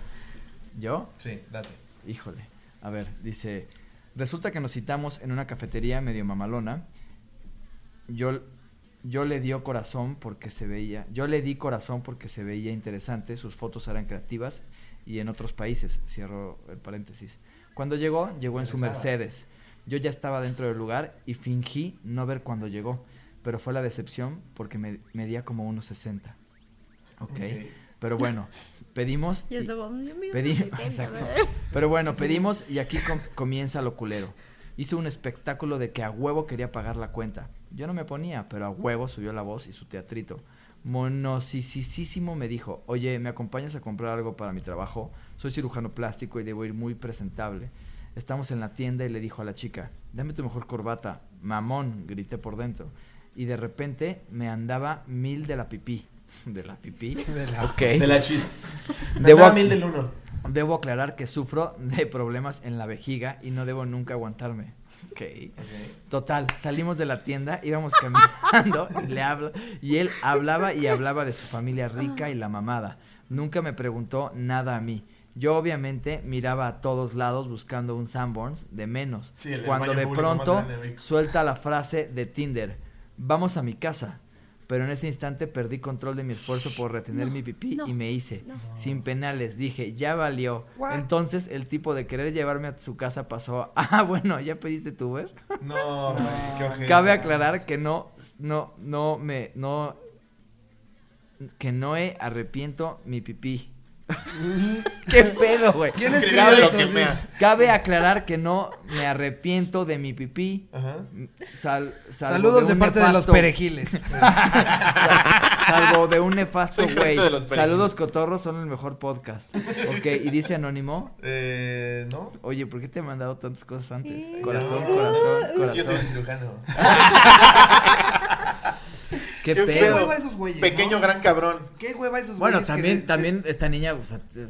C: ¿Yo?
B: Sí, date.
C: Híjole. A ver, dice. Resulta que nos citamos en una cafetería medio mamalona. Yo, yo le dio corazón porque se veía. Yo le di corazón porque se veía interesante. Sus fotos eran creativas y en otros países. Cierro el paréntesis. Cuando llegó, llegó en su
B: Interesaba.
C: Mercedes. Yo ya estaba dentro del lugar y fingí no ver cuando llegó. Pero fue la decepción porque me medía como 1.60. ok.
B: Ok.
C: Pero bueno, pedimos.
D: *laughs* Y es lo Dios mío, *laughs*
C: Pedí- *laughs*
D: presenta,
C: Exacto.
D: ¿verdad?
C: Pero bueno, pedimos y aquí com- comienza lo culero. Hizo un espectáculo de que a huevo quería pagar la cuenta. Yo no me ponía, pero a huevo subió la voz y su teatrito. Monosisísimo me dijo, oye, ¿me acompañas a comprar algo para mi trabajo? Soy cirujano plástico y debo ir muy presentable. Estamos en la tienda y le dijo a la chica, dame tu mejor corbata. Mamón, grité por dentro. Y de repente me andaba mil de la pipí. *laughs* ¿De la pipí?
A: De la-
C: Ok.
B: De la chis. De
C: Debo-
B: mil del uno.
C: Debo aclarar que sufro de problemas en la vejiga y no debo nunca aguantarme. Ok. Total, salimos de la tienda, íbamos caminando *laughs* y, le habla, y él hablaba y hablaba de su familia rica y la mamada. Nunca me preguntó nada a mí. Yo obviamente miraba a todos lados buscando un Sanborns de menos.
B: Sí, el
C: cuando
B: baño
C: de
B: público más
C: pronto
B: grande de México.
C: suelta la frase de Tinder, vamos a mi casa. Pero en ese instante perdí control de mi esfuerzo por retener mi pipí
D: no,
C: y me hice.
D: no.
C: Sin penales, dije, ya valió.
A: What?
C: Entonces el tipo de querer llevarme a su casa pasó, *laughs* ah, bueno, ¿ya pediste tu Uber?
B: No, güey, qué ojete.
C: Cabe aclarar que no, no, no me, no, que no he arrepiento
A: *laughs*
C: mi pipí. ¿Qué pedo, güey?
A: ¿Quién
B: Escribió
A: escribió
B: lo
A: esto?
B: que
A: Sí.
B: mea.
C: Cabe aclarar que no me arrepiento de mi pipí.
B: Ajá.
C: Sal- salvo
A: Saludos de,
C: un
A: parte de los
C: nefasto- *laughs*
A: perejiles.
C: Salvo de un nefasto
B: Soy gente
C: güey.
B: de los perejiles.
C: Saludos cotorros, son el mejor podcast. Ok, y dice anónimo.
B: Eh, ¿no?
C: Oye, ¿por qué te he mandado tantas cosas antes?
D: Sí.
C: Corazón,
B: No.
C: corazón,
B: Es que yo soy el
C: corazón. Ah,
B: cirujano.
A: Qué
B: Qué
C: Qué pedo.
B: pedo.
A: hueva esos güeyes.
B: Pequeño
A: ¿no?
B: gran cabrón.
A: Qué hueva esos
C: Bueno,
A: güeyes. Pues, que
C: también,
A: de-
C: también esta niña, o sea, te-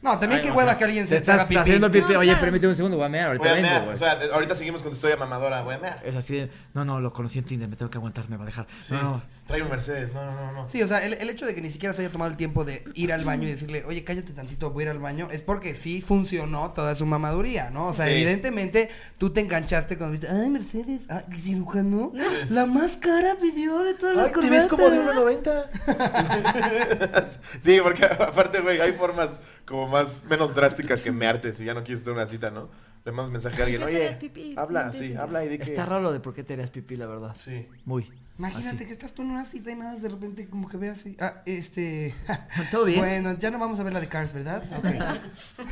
A: No, también
C: Ay,
A: qué
C: o
A: hueva
C: sea,
A: que alguien
C: te
A: se
C: estás
A: haga pipí.
C: haciendo pipí.
D: No,
C: Oye,
D: claro.
C: permíteme un segundo, voy a mear,
B: Voy
C: ahorita
B: a
C: vengo,
B: mear.
C: güey.
B: O sea, ahorita seguimos con tu historia mamadora. Voy a mear.
C: Es así de, no, no, lo conocí en Tinder, me tengo que aguantar, me va a dejar.
B: Sí.
C: No, no.
B: Trae un Mercedes. No, no, no, no.
A: Sí, o sea, el, el hecho de que ni siquiera se haya tomado el tiempo de ir al baño y decirle, oye, cállate tantito, voy a ir al baño, es porque sí funcionó toda su mamaduría, ¿no? O sea,
B: Sí.
A: evidentemente tú te enganchaste cuando viste, ay, Mercedes, ah, ¿qué cirujano, la más cara pidió de todas las
B: Ay, te ves como de
A: corbatas".
B: 1.90. *laughs* sí, porque *laughs* aparte, güey, hay formas como más, menos drásticas que mearte si ya no quieres tener una cita, ¿no? Le mandas mensaje a alguien,
D: ¿Por qué te
B: oye,
D: das pipí?
B: habla,
D: Sí,
B: sí,
D: sí, sí.
B: habla y di que...
C: Está raro lo de por qué te harías pipí, la verdad.
B: Sí.
C: Muy.
B: Ah,
A: Imagínate
C: así.
A: que estás tú en una cita y nada, de repente como que veas así, ah,
B: *laughs*
A: este...
C: ¿Todo bien?
A: Bueno, ya no vamos a ver la de Cars, ¿verdad? Ok.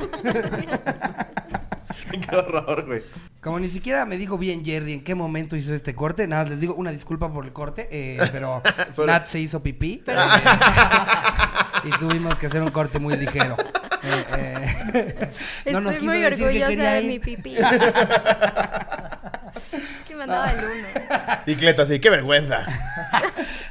B: *laughs* *laughs* Qué horror, *laughs* güey.
A: Como ni siquiera me dijo bien Jerry en qué momento hizo este corte, nada, les digo una disculpa por el corte,
B: *laughs*
A: eh, pero
B: Sorry.
A: Nat se hizo pipí.
D: Pero-
A: eh, *laughs* y tuvimos que hacer un corte muy ligero. Eh, eh, *laughs*
D: Estoy muy orgullosa de mi pipí. Es que me andaba el uno.
B: Y Cleto así, qué vergüenza.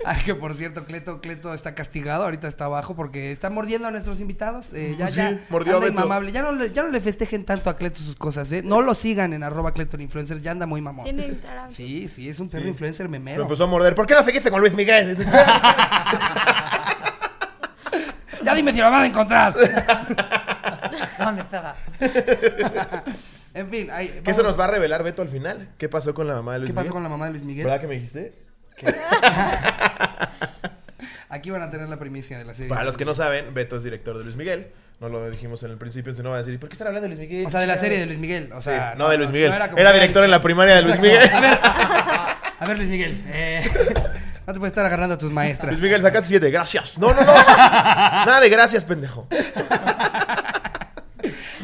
A: Ay, que por cierto, Cleto, Cleto está castigado, ahorita está abajo porque está mordiendo a nuestros invitados. eh, ya,
B: Pues Sí,
A: ya,
B: mordió a
A: anda
B: Beto.
A: inmamable. Ya no, le, ya no le festejen tanto a Cleto sus cosas, ¿eh? No lo sigan en arroba Cleton Influencer, ya anda muy mamón.
D: Tiene Instagram.
A: Sí, sí, es un perro influencer
B: Lo
A: memero.
B: empezó a morder. ¿Por qué no seguiste con Luis Miguel?
A: *laughs* Ya dime si lo van a encontrar.
C: *laughs*
B: *laughs*
C: ¿Dónde estaba?
A: *laughs* en fin, ahí,
B: que eso
A: vamos-
B: nos va a revelar Beto al final. ¿Qué pasó con la mamá de Luis
A: ¿qué
B: Miguel?
A: pasó con la mamá de Luis Miguel?
B: ¿Verdad que me dijiste?
A: Aquí van a tener la primicia de la serie.
B: Para los que no saben, Beto es director de Luis Miguel. No lo dijimos en el principio, si no van a decir, ¿por qué están hablando de Luis Miguel?
A: O sea, de la serie de Luis Miguel. O
B: Sí,
A: sea,
B: no, de Luis Miguel.
A: no
B: era
A: como-
B: director en la primaria de Luis Miguel. *laughs*
A: Exacto. A ver, a ver, Luis Miguel. eh, *laughs* no te puedes estar agarrando a tus maestras.
B: Luis Miguel, sacaste siete. Gracias.
A: *laughs*
B: No, no, no. Nada de gracias, pendejo.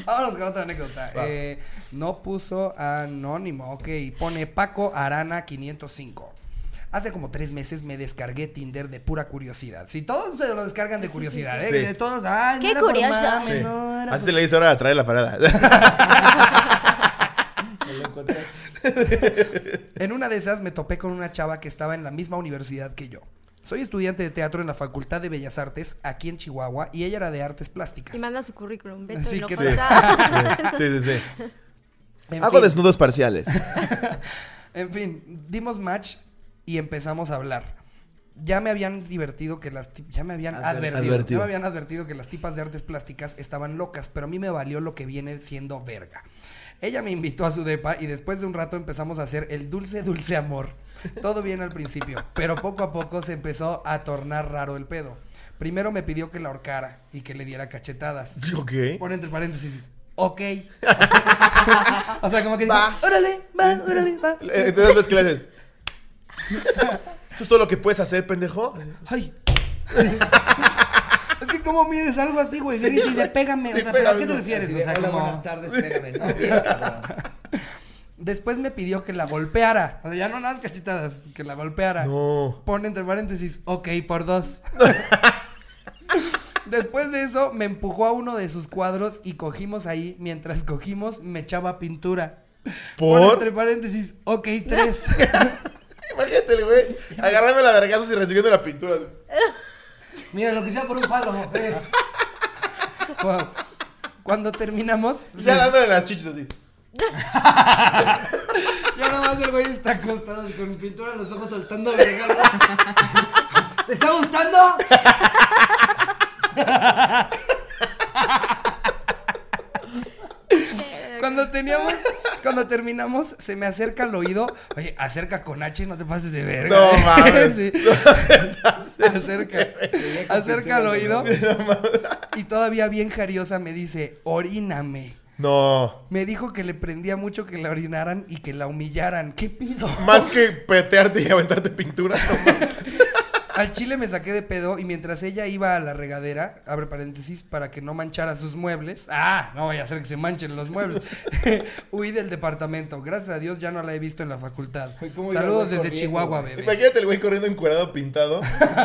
A: Vámonos con otra anécdota. Eh, no puso anónimo, ok. Pone Paco Arana 505. Hace como tres meses me descargué Tinder de pura curiosidad. Si todos se lo descargan de curiosidad, ¿eh?
B: sí.
A: De todos, ay,
D: Qué
A: no era por
D: curioso.
A: mames,
B: Sí.
A: no era
B: Así
A: por-
B: se le dice ahora a traer la parada. *laughs*
C: Lo encontré.
A: En una de esas me topé con una chava que estaba en la misma universidad que yo. Soy estudiante de teatro en la Facultad de Bellas Artes, aquí en Chihuahua, y ella era de artes plásticas.
D: Y manda su currículum. Beto
A: Sí,
D: y lo
A: que- *laughs*
B: Sí,
D: pasa.
B: sí, sí. sí.
A: En
B: Hago
A: fin. *laughs*
B: desnudos parciales.
A: En fin, dimos match y empezamos a hablar. Ya me habían divertido que las ti- ya me habían
C: Adver-
A: advertido,
B: Advertido.
A: ya me habían advertido que las tipas de artes plásticas estaban locas, pero a mí me valió lo que viene siendo verga. Ella me invitó a su depa y después de un rato empezamos a hacer el dulce dulce amor. Todo bien al principio, pero poco a poco se empezó a tornar raro el pedo. Primero me pidió que la ahorcara y que le diera cachetadas.
B: Ok.
A: Pone entre paréntesis.
B: *laughs*
A: Ok. *laughs* o sea, como que dice,
B: Va.
A: órale, va, órale, va.
B: Entonces ves que le haces. ¿Eso es todo lo que puedes hacer, pendejo?
A: ¡Ay! pues, *laughs* es que como mides algo así, güey.
B: Sí,
A: Alguien te dice,
B: güey.
A: pégame.
B: Sí,
A: o sea, ¿pero a
B: pégame,
A: qué te
B: güey.
A: refieres?
C: Así
A: O
C: de,
A: sea,
C: "Hola,
A: como-
C: buenas tardes, pégame. No,
A: *laughs*
C: bien, cabrón.
A: Después me pidió que la golpeara. O sea, ya no nada cachetadas, que la golpeara.
B: No.
A: Pone entre paréntesis, ok, por
B: *laughs*
A: dos. Después de eso, me empujó a uno de sus cuadros y cogimos ahí. Mientras cogimos, me echaba pintura.
B: ¿Por?
A: Pone entre paréntesis, ok,
B: *laughs*
A: tres.
B: Imagínate, el güey. Agarrando la vergazos y recibiendo la pintura.
A: Mira, lo que sea por un palo.
B: *laughs*
A: eh. Wow. Cuando terminamos,
B: Ya dándole las chichis así.
A: Ya nada más el güey está acostado con pintura en los ojos soltando vergadas. *laughs* ¿Se está gustando?
D: *laughs*
A: Cuando teníamos, cuando terminamos, se me acerca al oído. Oye, acerca con H, no te pases de verga.
B: No
A: ¿eh?
B: mames.
A: *laughs* Sí. Acerca. Acerca al oído. Y todavía bien jariosa me dice, oríname.
B: No.
A: Me dijo que le prendía mucho que la orinaran y que la humillaran. ¿Qué pido?
B: Más que petearte y aventarte pintura. no mames.
A: Al chile me saqué de pedo y mientras ella iba a la regadera, abre paréntesis, para que no manchara sus muebles. Ah, no voy a hacer que se manchen los muebles. *laughs* Huí del departamento. Gracias a Dios ya no la he visto en la facultad.
C: Ay, cómo iba
A: Saludos
C: corriendo,
A: desde Chihuahua,
C: güey.
A: bebés.
B: Imagínate el güey corriendo encuerado, pintado.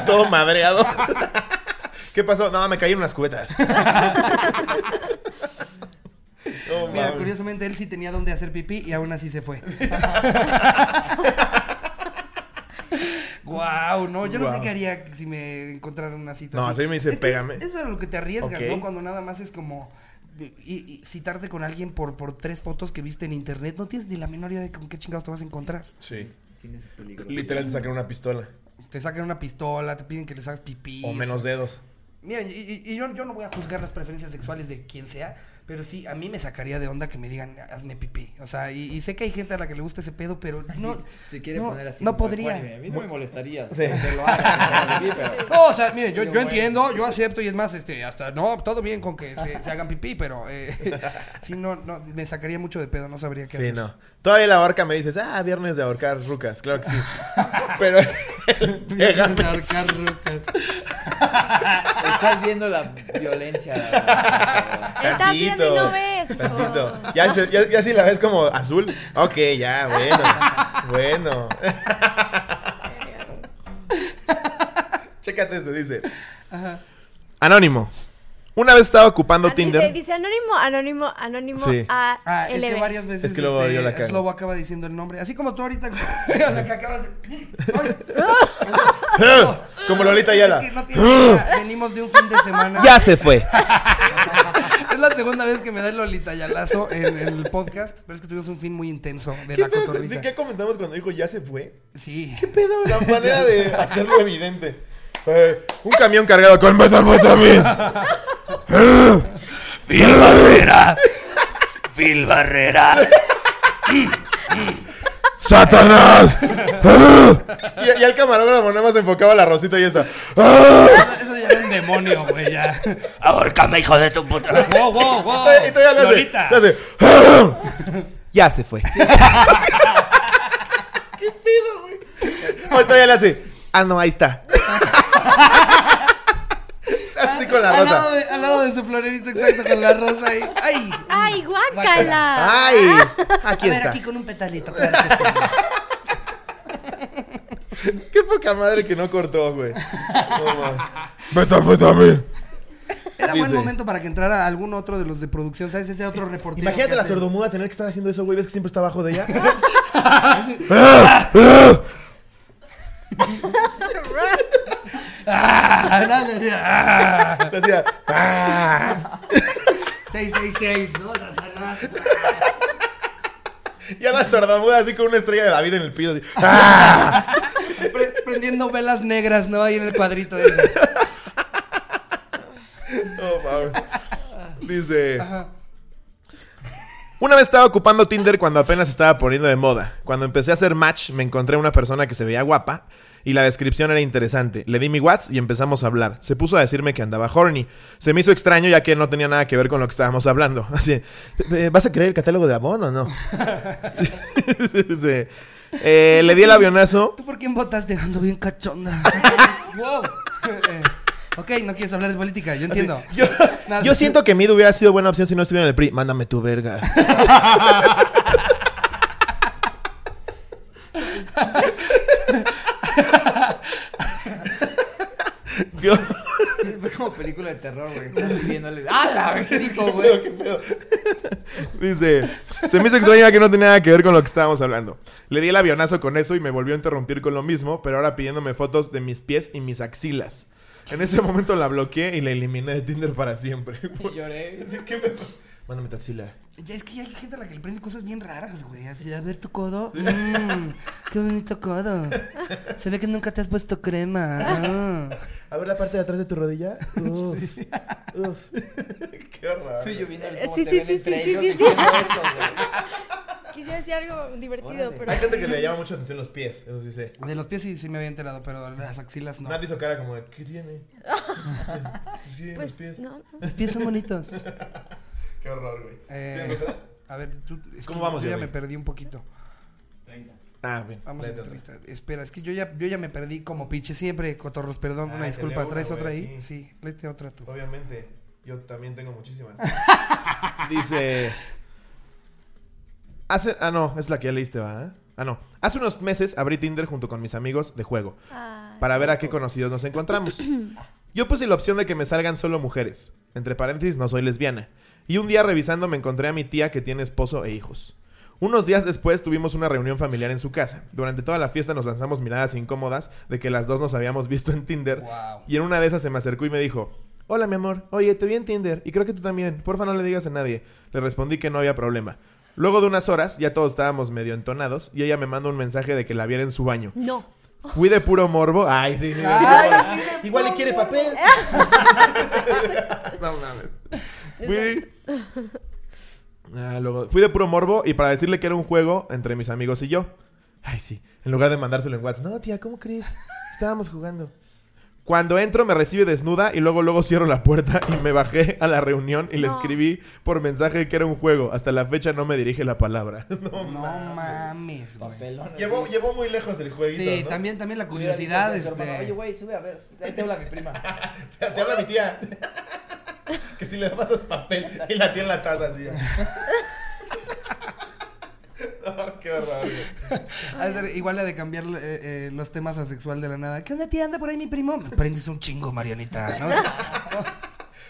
B: Todo madreado. ¿Qué pasó? No, me cayeron unas cubetas. No,
A: Mira,
B: mames.
A: curiosamente él sí tenía donde hacer pipí y aún así se
B: *laughs*
A: fue. Guau, no, yo no sé
B: Guau.
A: qué haría si me encontraran una situación.
B: No, así me dice,
A: Es que es-
B: "Pégame".
A: Eso es a lo que te arriesgas,
B: Ok.
A: ¿no? Cuando nada más es como eh, y, y citarte con alguien por, por tres fotos que viste en internet, no tienes ni la menor idea de con qué chingados te vas a encontrar.
B: Sí.
C: Tiene su peligro.
B: Literal te sacan una pistola.
A: Te sacan una pistola, te piden que les hagas pipí.
B: O menos
A: sea.
B: dedos.
A: Miren, y, y- y yo, yo no voy a juzgar las preferencias sexuales de quien sea, pero sí, a mí me sacaría de onda que me digan, hazme pipí. O sea, y, y sé que hay gente a la que le gusta ese pedo, pero no.
C: Se quiere
A: no,
C: poner así.
A: No
C: como ¿eh?
A: podría.
C: ecuánime.
A: *laughs*
C: A mí no me molestaría.
B: Sí.
C: Que lo hagas, que lo hagas, pero-
A: No, *laughs* o sea, miren, yo,
C: Pero
A: yo
C: bueno.
A: entiendo, yo acepto y es más, este, hasta, no, todo bien con que se, se hagan pipí, pero
C: *laughs*
A: eh, sí, no, no, me sacaría mucho de pedo, no sabría qué
B: Sí,
A: hacer.
B: no. Todavía la horca me dices, ah, viernes de ahorcar rucas. Claro que *laughs* sí. Pero el pégame.
A: Ahorcar rucas.
C: Estás viendo la violencia.
D: Estás viendo y
B: Tantito,
D: no ves, hijo.
B: Tantito. Ya, se- ya, ya si la ves como azul. Ok, ya, bueno. *laughs* bueno. Chécate este, dice. Anónimo. Una vez estaba ocupando
D: Ah,
B: Tinder.
D: Dice, dice anónimo, anónimo, anónimo
B: Sí.
D: a
A: Ah, es que
D: LB.
A: varias veces
B: Es que luego
A: este,
B: yo la cago.
A: Slobo acaba diciendo el nombre. Así como tú ahorita. *laughs* la que acabas de- Ay,
B: *laughs* ¡Ah!, Como Lolita Ayala. ¡Ah!
A: Es que no tienes
B: *gasps*
A: idea, Venimos de un fin de semana.
E: Ya se fue.
A: Es la segunda vez que me da el Lolita Yalazo en, en el podcast. Pero es que tuvimos un fin muy intenso de
B: ¿Qué,
A: la
B: pedo?
A: cotorrisa.
B: ¿De ¿Qué comentamos cuando dijo ya se fue?
A: Sí.
B: ¿Qué pedo? *laughs* La manera de hacerlo evidente. Eh, un camión cargado con metanfetamina.
F: Eh, Phil Barrera. Phil Barrera.
B: ¡Satanás! y, y el camarógrafo nada más enfocaba a la rosita y esa.
A: Eso ya era un demonio, güey. Ya.
F: Ahorcame, hijo de tu puta.
E: Wow, wow, wow.
B: y todavía le hace.
E: Lolita.
B: le hace,
E: *laughs* Ya se fue.
B: *laughs* ¿Qué pedo, güey? O todavía le hace. Ah, no,
A: *laughs*
B: ahí está. Así con la
A: Al lado,
B: rosa.
A: de, al lado de su florerito exacto con la rosa ahí. ¡Ay!
D: ¡Ay,
A: Guácala.
D: guácala!
B: ¡Ay! Aquí
A: A ver,
B: está.
A: aquí con un petalito, claro
B: *laughs*
A: que sí.
B: Qué poca madre que no cortó, güey. *laughs*
A: Era buen
B: Dice.
A: momento para que entrara algún otro de los de producción, ¿sabes? Ese otro reportero. que
B: Imagínate la
A: hace-
B: sordomuda tener que estar haciendo eso, güey. ¿Ves que siempre está abajo de ella?
A: Ah, no, no, no, ah.
B: Le hacía. "Ah".
A: 666, ¿no? Satanás.
B: Y a la sordomuda así con una estrella de David en el piso. así, "Ah".
A: Pre- prendiendo velas negras, ¿no? Ahí en el cuadrito. ese.
B: No, mames. Dice. Una vez estaba ocupando Tinder cuando apenas estaba poniendo de moda. Cuando empecé a hacer match, me encontré una persona que se veía guapa y la descripción era interesante. Le di mi WhatsApp y empezamos a hablar. Se puso a decirme que andaba horny. Se me hizo extraño ya que no tenía nada que ver con lo que estábamos hablando. *laughs* Así, "Eh, ¿vas a creer el catálogo de abono o no? *laughs* Sí. Eh, le di el avionazo.
A: ¿Tú por quién votaste? Ando bien cachonda. wow. *laughs* Eh, ok, no quieres hablar de política, yo entiendo.
B: Yo,
A: Nada,
B: yo siento que Mid hubiera sido buena opción si no estuviera en el PRI. Mándame tu verga. Yo-
C: Fue como película de terror, güey. Estás viéndole. ¡Hala! ¿Qué dijo,
B: Pero,
C: güey?
B: ¿qué pedo? Dice, se me hizo extraño que no tenía nada que ver con lo que estábamos hablando. Le di el avionazo con eso y me volvió a interrumpir con lo mismo, pero ahora pidiéndome fotos de mis pies y mis axilas. En ese momento la bloqueé y la eliminé de Tinder para siempre. *laughs*
C: Y lloré.
B: Sí, ¿qué pedo? Mándame tu axila.
A: Ya es que ya hay gente a la que le prende cosas bien raras, güey. Así, a ver tu codo. Mm, qué bonito codo. Se ve que nunca te has puesto crema. Ah.
B: A ver la parte de atrás de tu rodilla. Uf. Uf. *laughs* Qué horror.
C: Sí, yo viendo el
D: Eh,
C: cómo
D: sí,
C: te
D: sí,
C: ven
D: sí,
C: entre
D: sí, sí,
C: ellos
D: sí,
C: y
D: sí.
C: viendo eso, güey.
A: Ah.
D: Quisiera decir algo divertido,
C: Órale.
D: pero...
B: Hay gente que le llama mucho atención los pies, eso sí sé.
A: De los pies sí, sí me había enterado, pero las axilas no.
B: Nat hizo cara como de, ¿qué tiene? Sí, ¿qué? los
D: Pues,
B: pies.
D: no, no.
A: Los pies son
B: *laughs*
A: bonitos.
B: Qué horror, güey.
A: Eh, a ver, tú, es
B: ¿Cómo
A: que
B: vamos,
A: yo ya
B: Jeremy?
A: me perdí un poquito.
B: Ah, bien.
A: Vamos
B: Vete
A: en
B: otra.
A: 30. Espera, es que yo ya, yo ya me perdí como pinche siempre, cotorros, perdón,
B: Ah,
A: una
B: te leo
A: disculpa.
B: una,
A: ¿Traes
B: güey,
A: otra
B: aquí.
A: ahí? Sí, léete otra tú.
B: Obviamente, yo también tengo muchísimas. Dice. Hace, ah, no, es la que ya leíste, ¿va? Ah, no. Hace unos meses abrí Tinder junto con mis amigos de juego
D: Ay.
B: para ver a qué conocidos nos encontramos. Yo puse la opción de que me salgan solo mujeres. Entre paréntesis, no soy lesbiana. Y un día revisando me encontré a mi tía que tiene esposo e hijos. Unos días después tuvimos una reunión familiar en su casa. Durante toda la fiesta nos lanzamos miradas incómodas de que las dos nos habíamos visto en Tinder.
A: Wow.
B: Y en una de esas se me acercó y me dijo, hola mi amor, oye, te vi en Tinder y creo que tú también, porfa no le digas a nadie. Le respondí que no había problema. Luego de unas horas, ya todos estábamos medio entonados y ella me manda un mensaje de que la viera en su baño.
D: No.
B: Fui de puro morbo. Ay, sí, sí. Igual le quiere papel. no mames. Fui. Ah, luego- Fui de puro morbo y para decirle que era un juego entre mis amigos y yo. Ay, sí. En lugar de mandárselo en WhatsApp. No, tía, ¿cómo crees? Estábamos jugando. Cuando entro me recibe desnuda y luego luego cierro la puerta y me bajé a la reunión y le
D: No.
B: escribí por mensaje que era un juego. Hasta la fecha no me dirige la palabra. No.
A: *laughs* No mames, güey.
C: Pelones.
B: Llevó, llevó muy lejos el jueguito.
A: Sí,
B: ¿no?
A: también, también la
C: Hubiera dicho
A: curiosidad,
C: a su hermano, Oye,
A: este.
C: güey, sube a ver. Ahí te habla mi prima.
B: Te *laughs* te habla mi tía. que si le pasas papel y la tía en la taza *laughs* así. No, qué horror. güey.
A: ha de ser igual la de cambiar eh, eh, los temas *laughs* asexual de la nada. ¿Qué onda, tía? Anda por ahí mi primo. Me prendes un chingo, Marianita, ¿no?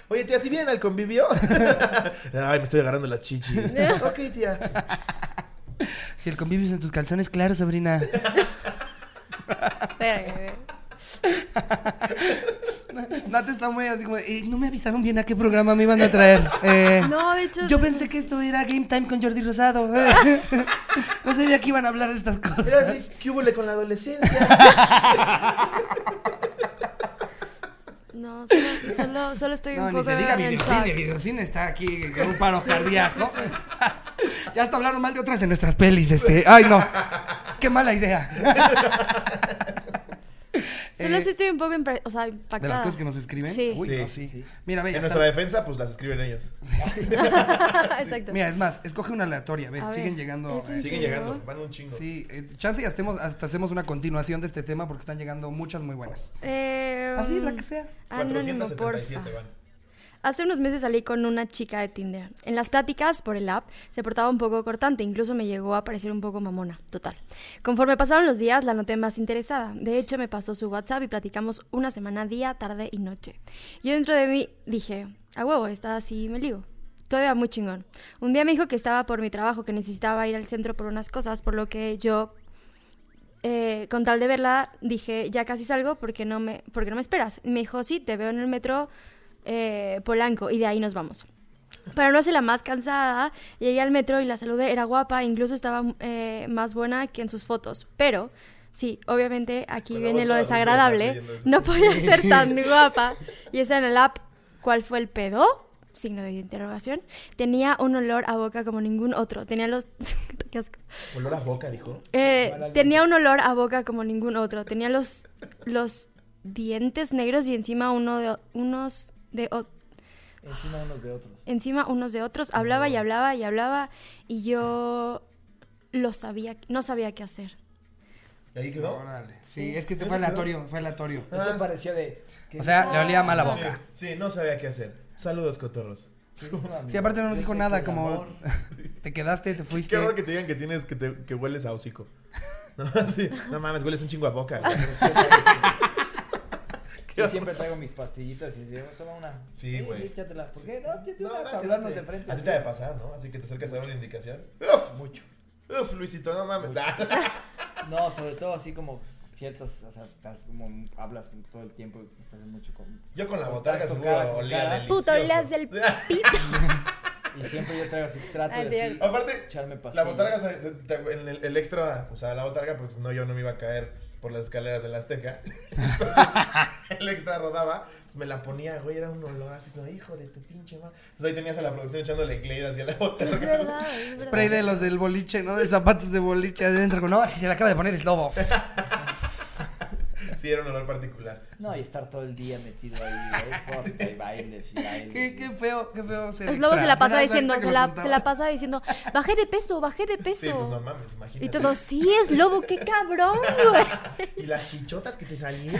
B: Oye, tía, si vienen al convivio. *laughs* Ay, me estoy agarrando las chichis. *laughs* ok, tía.
A: Si el convivio es en tus calzones, claro, sobrina. *laughs*
D: Espera,
A: No te está muy así como, eh, no me avisaron bien a qué programa me iban a traer. Eh,
D: No, de hecho-
A: Yo pensé que esto era Game Time con Jordi
D: *laughs*
A: Rosado. eh. No sabía que iban a hablar de estas cosas.
B: Era así, ¿qué hubo con la *laughs* adolescencia?
D: no, solo, solo, solo estoy
A: No,
D: un
A: ni
D: poco
A: se diga
D: en shock.
A: videocine. Videocine está aquí con un paro
D: *laughs* Sí,
A: cardíaco.
D: sí, sí,
A: *laughs* ya hasta hablaron mal de otras de nuestras pelis. Este. Ay, no. Qué mala idea.
D: *laughs* Solo
A: Eh,
D: sí estoy un poco impre- o sea, impactada.
A: De las cosas que nos escriben.
D: Sí. *laughs*
A: Uy,
B: Sí,
A: no, sí. Mira, ve,
B: En
A: ya
B: nuestra
A: está.
B: defensa, pues las escriben ellos.
D: Exacto.
A: Mira, es más, escoge una aleatoria. Ve,
D: A ver,
A: siguen llegando.
D: ¿es en
A: eh,
D: serio?
B: Siguen llegando, van un chingo.
A: Sí, eh, chance y hacemos, hasta hacemos una continuación de este tema porque están llegando muchas muy buenas.
D: Eh,
A: Así,
D: mm,
A: la que sea.
D: Anónimo,
B: 477
D: porfa.
B: van.
D: Hace unos meses salí con una chica de Tinder. En las pláticas por el app se portaba un poco cortante, incluso me llegó a parecer un poco mamona, total. Conforme pasaron los días, la noté más interesada. De hecho, me pasó su WhatsApp y platicamos una semana, día, tarde y noche. Yo dentro de mí dije, a huevo, está así, me ligo. Todavía muy chingón. Un día me dijo que estaba por mi trabajo, que necesitaba ir al centro por unas cosas, por lo que yo eh, con tal de verla, dije, ya casi salgo porque no me, porque no me esperas. Me dijo, sí, te veo en el metro eh, Polanco y de ahí nos vamos. Para no hacer la más cansada, llegué al metro y la saludé, era guapa, incluso estaba eh, más buena que en sus fotos. Pero, sí, obviamente aquí
B: Con la
D: viene
B: voz
D: lo
B: toda dulce,
D: desagradable.
B: leyendo eso.
D: No podía ser tan guapa. Y esa en el app, ¿cuál fue el pedo? Signo de interrogación. Tenía un olor a boca como ningún otro. Tenía los... *laughs* Qué asco.
B: Olor a boca, dijo.
D: Eh, tenía un olor a boca como ningún otro. Tenía los, los dientes negros y encima uno de o- unos de o-
C: Encima unos de otros.
D: encima unos de otros. Hablaba y hablaba y hablaba y yo lo sabía, no sabía qué hacer.
B: Y ahí quedó.
A: Órale. Sí, es que este fue aleatorio, fue aleatorio.
C: Eso parecía de. Ah, ¿qué?
A: Ah. O sea, le olía mal la
B: Sí,
A: boca.
B: sí, no sabía qué hacer. Saludos, cotorros.
A: Sí, aparte no nos
C: Yo
A: dijo
C: sé que
A: nada,
C: el
A: como
C: amor-
A: *laughs* te quedaste, te
B: Qué
A: fuiste.
B: horror que te digan que tienes que, te- que hueles a hocico. *laughs* No, sí, no mames, hueles un chingo a boca.
C: *laughs*
B: güey.
C: Yo siempre traigo mis pastillitas y digo, toma una.
B: Sí,
C: Eh,
B: güey.
C: Sí, échatela. ¿Por qué? No, te
B: No,
C: una para
B: date,
C: hablarnos
B: date.
C: de frente.
B: A ti te ha de pasar, ¿no? Así que te acercas a dar una indicación. Uf,
C: Mucho.
B: uf, Luisito, no mames.
C: No, sobre todo así como ciertas, o sea, estás como hablas todo el tiempo y estás en mucho con...
B: *laughs* Yo con la botarga
C: Contacto
B: seguro
C: cara con
B: olía
C: cara.
B: delicioso.
D: Puto, le hace el pito.
C: Y siempre yo traigo así, trato
D: Ah, es
C: de así,
D: cierto.
B: *laughs* Aparte,
C: echarme
B: la
C: pastillas.
B: botarga, se- te- te- en el, el extra usaba la botarga porque no, yo no me iba a caer por las escaleras de la Azteca. *laughs* el extra rodaba, entonces me la ponía, güey, era un olor así como, hijo de tu pinche madre. Entonces ahí tenías a la producción echándole glade hacia la botarga.
D: Es verdad, es verdad.
A: Spray de los del boliche, ¿no? De zapatos de boliche adentro. No, así se le acaba de poner es lobo.
B: Sí, era un olor particular.
C: No, y estar todo el día metido ahí, güey, corte, y bailes y
A: *laughs*
C: bailes.
A: Qué, qué feo, qué feo ser
D: Los lobos Pues se la pasa
A: pasaba
D: diciendo, se la, se la pasa diciendo, bajé de peso, bajé de peso.
B: Sí, pues no mames, imagínate.
D: y todo, sí es lobo, qué cabrón, güey.
B: Y las chichotas que te salieron.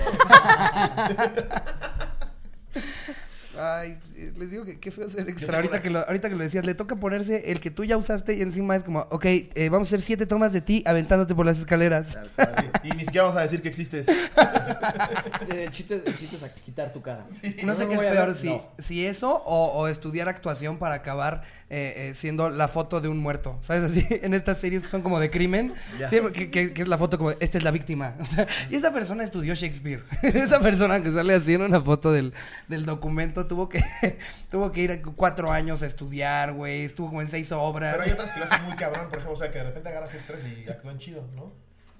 A: Ay, pues, eh, les digo que qué feo ser
B: tengo
A: extra. Ahorita
B: una-
A: que, lo, ahorita que lo decías, le toca ponerse el que tú ya usaste y encima es como, ok, eh, vamos a hacer siete tomas de ti aventándote por las escaleras.
B: Así, Y ni siquiera vamos a decir que existes.
C: Eh, El chiste, el chiste es a quitar tu cara.
A: No sé
C: me
A: qué es
C: voy a
A: peor,
C: ver-
A: si,
C: no.
A: si eso o, o estudiar actuación para acabar eh, eh, siendo la foto de un muerto. ¿Sabes? Así, *laughs* en estas series que son como de crimen,
C: Ya.
A: siempre que, que- que es la foto como, de, esta es la víctima. *laughs* O sea, y esa persona estudió Shakespeare. *laughs* esa persona que sale así en una foto del, del documento tuvo que, *laughs* tuvo que ir a cuatro años a estudiar, güey. Estuvo como en seis obras.
B: Pero hay otras que lo hacen muy cabrón, por ejemplo, o sea, que de repente agarras extras y actúan chido, ¿no?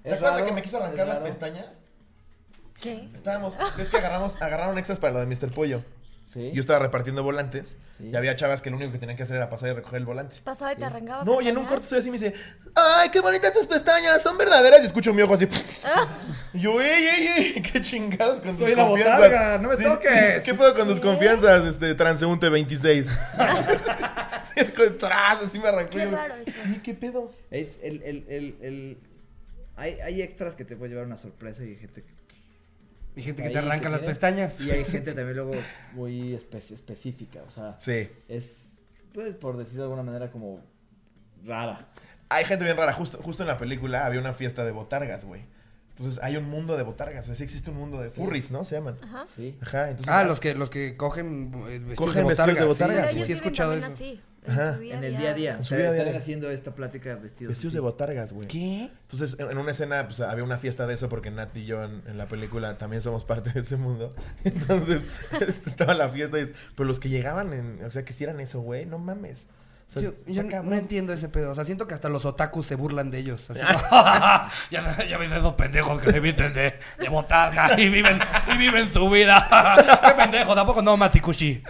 B: ¿Te
C: Es
B: acuerdas
C: raro,
B: que me quiso arrancar
C: es
B: las
C: raro.
B: pestañas?
D: ¿Qué?
B: Estábamos, es que agarramos, agarraron extras para lo de Mr. Pollo.
C: Sí.
B: Yo estaba repartiendo volantes
C: Sí.
B: y había chavas que lo único que tenían que hacer era pasar y recoger el volante.
D: Pasaba y te arrancaba.
B: No, y en un
D: pestañas.
B: corte estoy así y me dice, ¡ay, qué bonitas tus pestañas! ¡Son verdaderas! Y escucho mi ojo
D: *laughs*
B: así. Y yo, ¡ey, ey, ey! ¡Qué chingados con tus
E: Soy la
B: confianzas!
E: botarga, no me toques.
B: ¿Qué puedo con tus confianzas, este, transeúnte
D: *laughs*
B: 26? Tras, así me arrancó.
D: Qué
B: yo,
D: raro eso.
B: Sí, ¿qué pedo?
C: Es el, el, el, el... Hay, hay extras que te puede llevar una sorpresa y hay gente que...
A: Y gente que
C: ahí
A: te arranca las
C: tiene-
A: pestañas.
C: Y hay gente también luego muy espe- específica, o sea...
B: Sí.
C: es, pues, por decirlo de alguna manera, como rara.
B: Hay gente bien rara. Justo, justo en la película había una fiesta de botargas, güey. Entonces Entonces hay un mundo de botargas, o sea, sí existe un mundo de furries, ¿no? Se llaman.
D: Ajá.
C: Sí.
B: Ajá, entonces.
A: Ah, los que, los que cogen eh, vestidos
B: Cogen
A: de botarga.
B: vestidos de
A: sí, sí,
B: botarga, güey.
D: Pero
A: sí,
D: ellos
A: he
D: viven
A: escuchado
D: también
A: eso.
D: así.
B: Ajá.
D: En, su día
C: En el día a día.
B: En
C: O
B: su
C: sea,
B: día a
C: estar
B: día.
C: haciendo esta plática vestidos.
B: Vestidos
C: así.
B: de botargas, güey.
A: ¿Qué?
B: Entonces, en en una escena, pues había una fiesta de eso porque Nat y yo en, en la película también somos parte de ese mundo. *laughs* Entonces, este, estaba la fiesta. y- pero los que llegaban, en- o sea, que hicieran eso, güey, no mames. O sea,
A: Sí,
B: está
A: yo no,
B: *laughs* cabrón.
A: no entiendo ese pedo. O sea, siento que hasta los otakus se burlan de ellos.
B: *laughs*
A: así. *laughs*
F: ya, ya ves esos pendejos que se visten de, de botarga y viven, y viven su
A: *laughs*
F: vida. Qué pendejo, tampoco no Masikushi.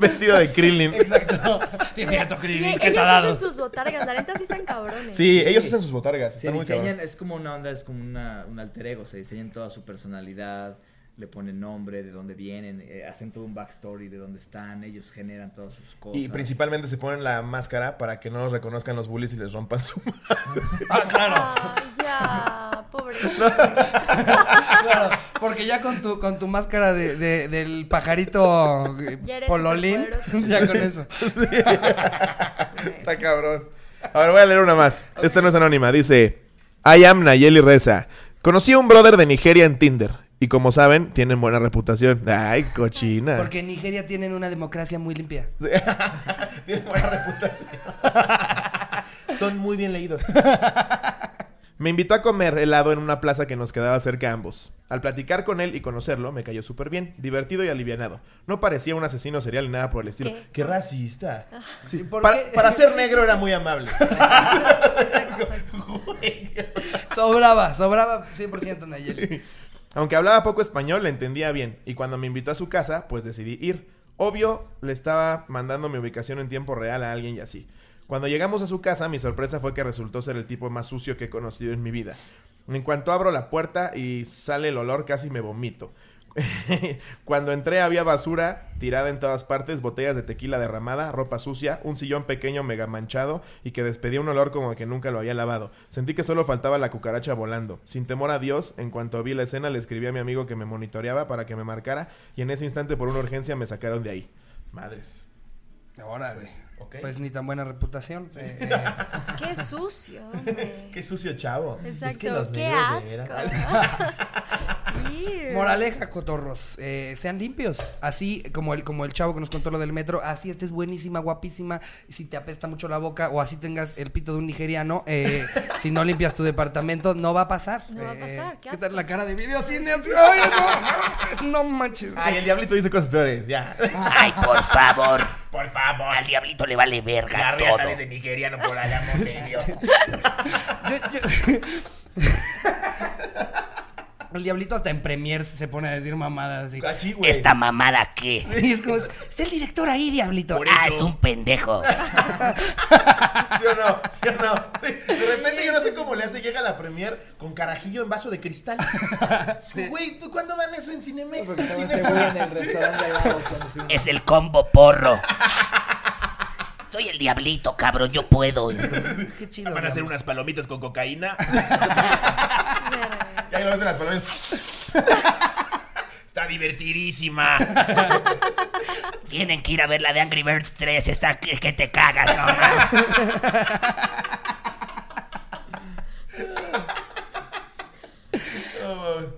B: Vestido de Krillin.
A: *laughs*
F: Exacto. Sí, es cierto,
D: Oye,
F: Krillin,
D: ellos
F: ¿qué
D: hacen
F: talados.
D: sus botargas, la neta sí están cabrones.
B: Sí, ellos hacen sus botargas.
C: Se
B: están muy
C: diseñan,
B: cabrón.
C: es como una onda, es como una, un alter ego. Se diseñan toda su personalidad, le ponen nombre, de dónde vienen, eh, hacen todo un backstory de dónde están, ellos generan todas sus cosas.
B: Y principalmente se ponen la máscara para que no los reconozcan los bullies y les rompan su
F: Ah, claro.
D: Ay, ya, pobre.
A: Claro, porque ya con tu, con tu máscara de, de- del pajarito eh,
D: Ya eres
A: pololín,
D: superpoderoso.
A: *laughs* ya con
B: *laughs*
A: eso.
B: Está cabrón. A ver, voy a leer una más. Esta no es anónima. Dice: I am Nayeli Reza. Conocí a un brother de Nigeria en Tinder. Y como saben, tienen buena reputación. Ay, cochina.
A: Porque en Nigeria tienen una democracia muy limpia.
B: Tienen buena *laughs* reputación. Son muy bien leídos. Me invitó a comer helado en una plaza que nos quedaba cerca a ambos. Al platicar con él y conocerlo, me cayó súper bien, divertido y alivianado. No parecía un asesino serial ni nada por el estilo.
D: ¿Qué?
B: ¡Qué, Ah. racista! Sí,
A: por
B: para,
A: qué?
B: *laughs* para ser negro era muy amable.
A: Sobraba, sobraba 100%
B: *laughs*
A: Nayeli.
B: Aunque hablaba poco español, le entendía bien. Y cuando me invitó a su casa, pues decidí ir. Obvio, le estaba mandando mi ubicación en tiempo real a alguien y así. Cuando llegamos a su casa, mi sorpresa fue que resultó ser el tipo más sucio que he conocido en mi vida. En cuanto abro la puerta y sale el olor, casi me vomito. *laughs* Cuando entré había basura tirada en todas partes, botellas de tequila derramada, ropa sucia, un sillón pequeño mega manchado y que despedía un olor como que nunca lo había lavado. Sentí que solo faltaba la cucaracha volando. Sin temor a Dios, en cuanto vi la escena le escribí a mi amigo que me monitoreaba para que me marcara y en ese instante por una urgencia me sacaron de ahí. Madres.
A: Órale.
B: ok.
A: Pues ni tan buena reputación. eh, eh,
D: Qué sucio, hombre.
B: *laughs* Qué sucio chavo.
D: Exacto, qué asco. *laughs* Ew.
A: Moraleja, cotorros. eh, sean limpios. Así como el, como el chavo que nos contó lo del metro. Así estés buenísima, guapísima. Si te apesta mucho la boca o así tengas el pito de un nigeriano. eh,
D: *laughs*
A: si no limpias tu departamento, no va a pasar. Eh,
D: No va a pasar, qué
A: tal
D: asco.
A: la cara de video así? de- ¡Ay, no! No manches.
B: Ay, el diablito dice cosas peores. Ya.
F: Ay, por favor.
B: Por favor.
F: Al diablito le vale verga todo.
B: nigeriano por
C: *laughs*
B: allá,
A: Yo- yo- *laughs* El diablito hasta en premier se pone a decir mamadas así.
F: ¿Esta mamada qué?
A: *laughs* Y es como, está el director ahí, diablito.
F: Ah, es un pendejo.
B: ¿Sí o no? ¿Sí o no? Sí. De repente yo no sé cómo le hace, llega a la premier con carajillo en vaso de cristal. Güey, ¿tú cuándo dan eso en Cinemex?
C: Porque
B: En
C: también se
B: Cinemex.
C: burlan en el restaurante al lado cuando se-
F: Es el combo porro. Soy el diablito, cabrón, yo puedo.
A: Qué chido. diablito.
E: unas palomitas con cocaína.
B: Ya que lo ves en las palomitas.
E: Está divertidísima.
F: Tienen que ir a ver la de Angry Birds 3. Está que que te cagas, no mames.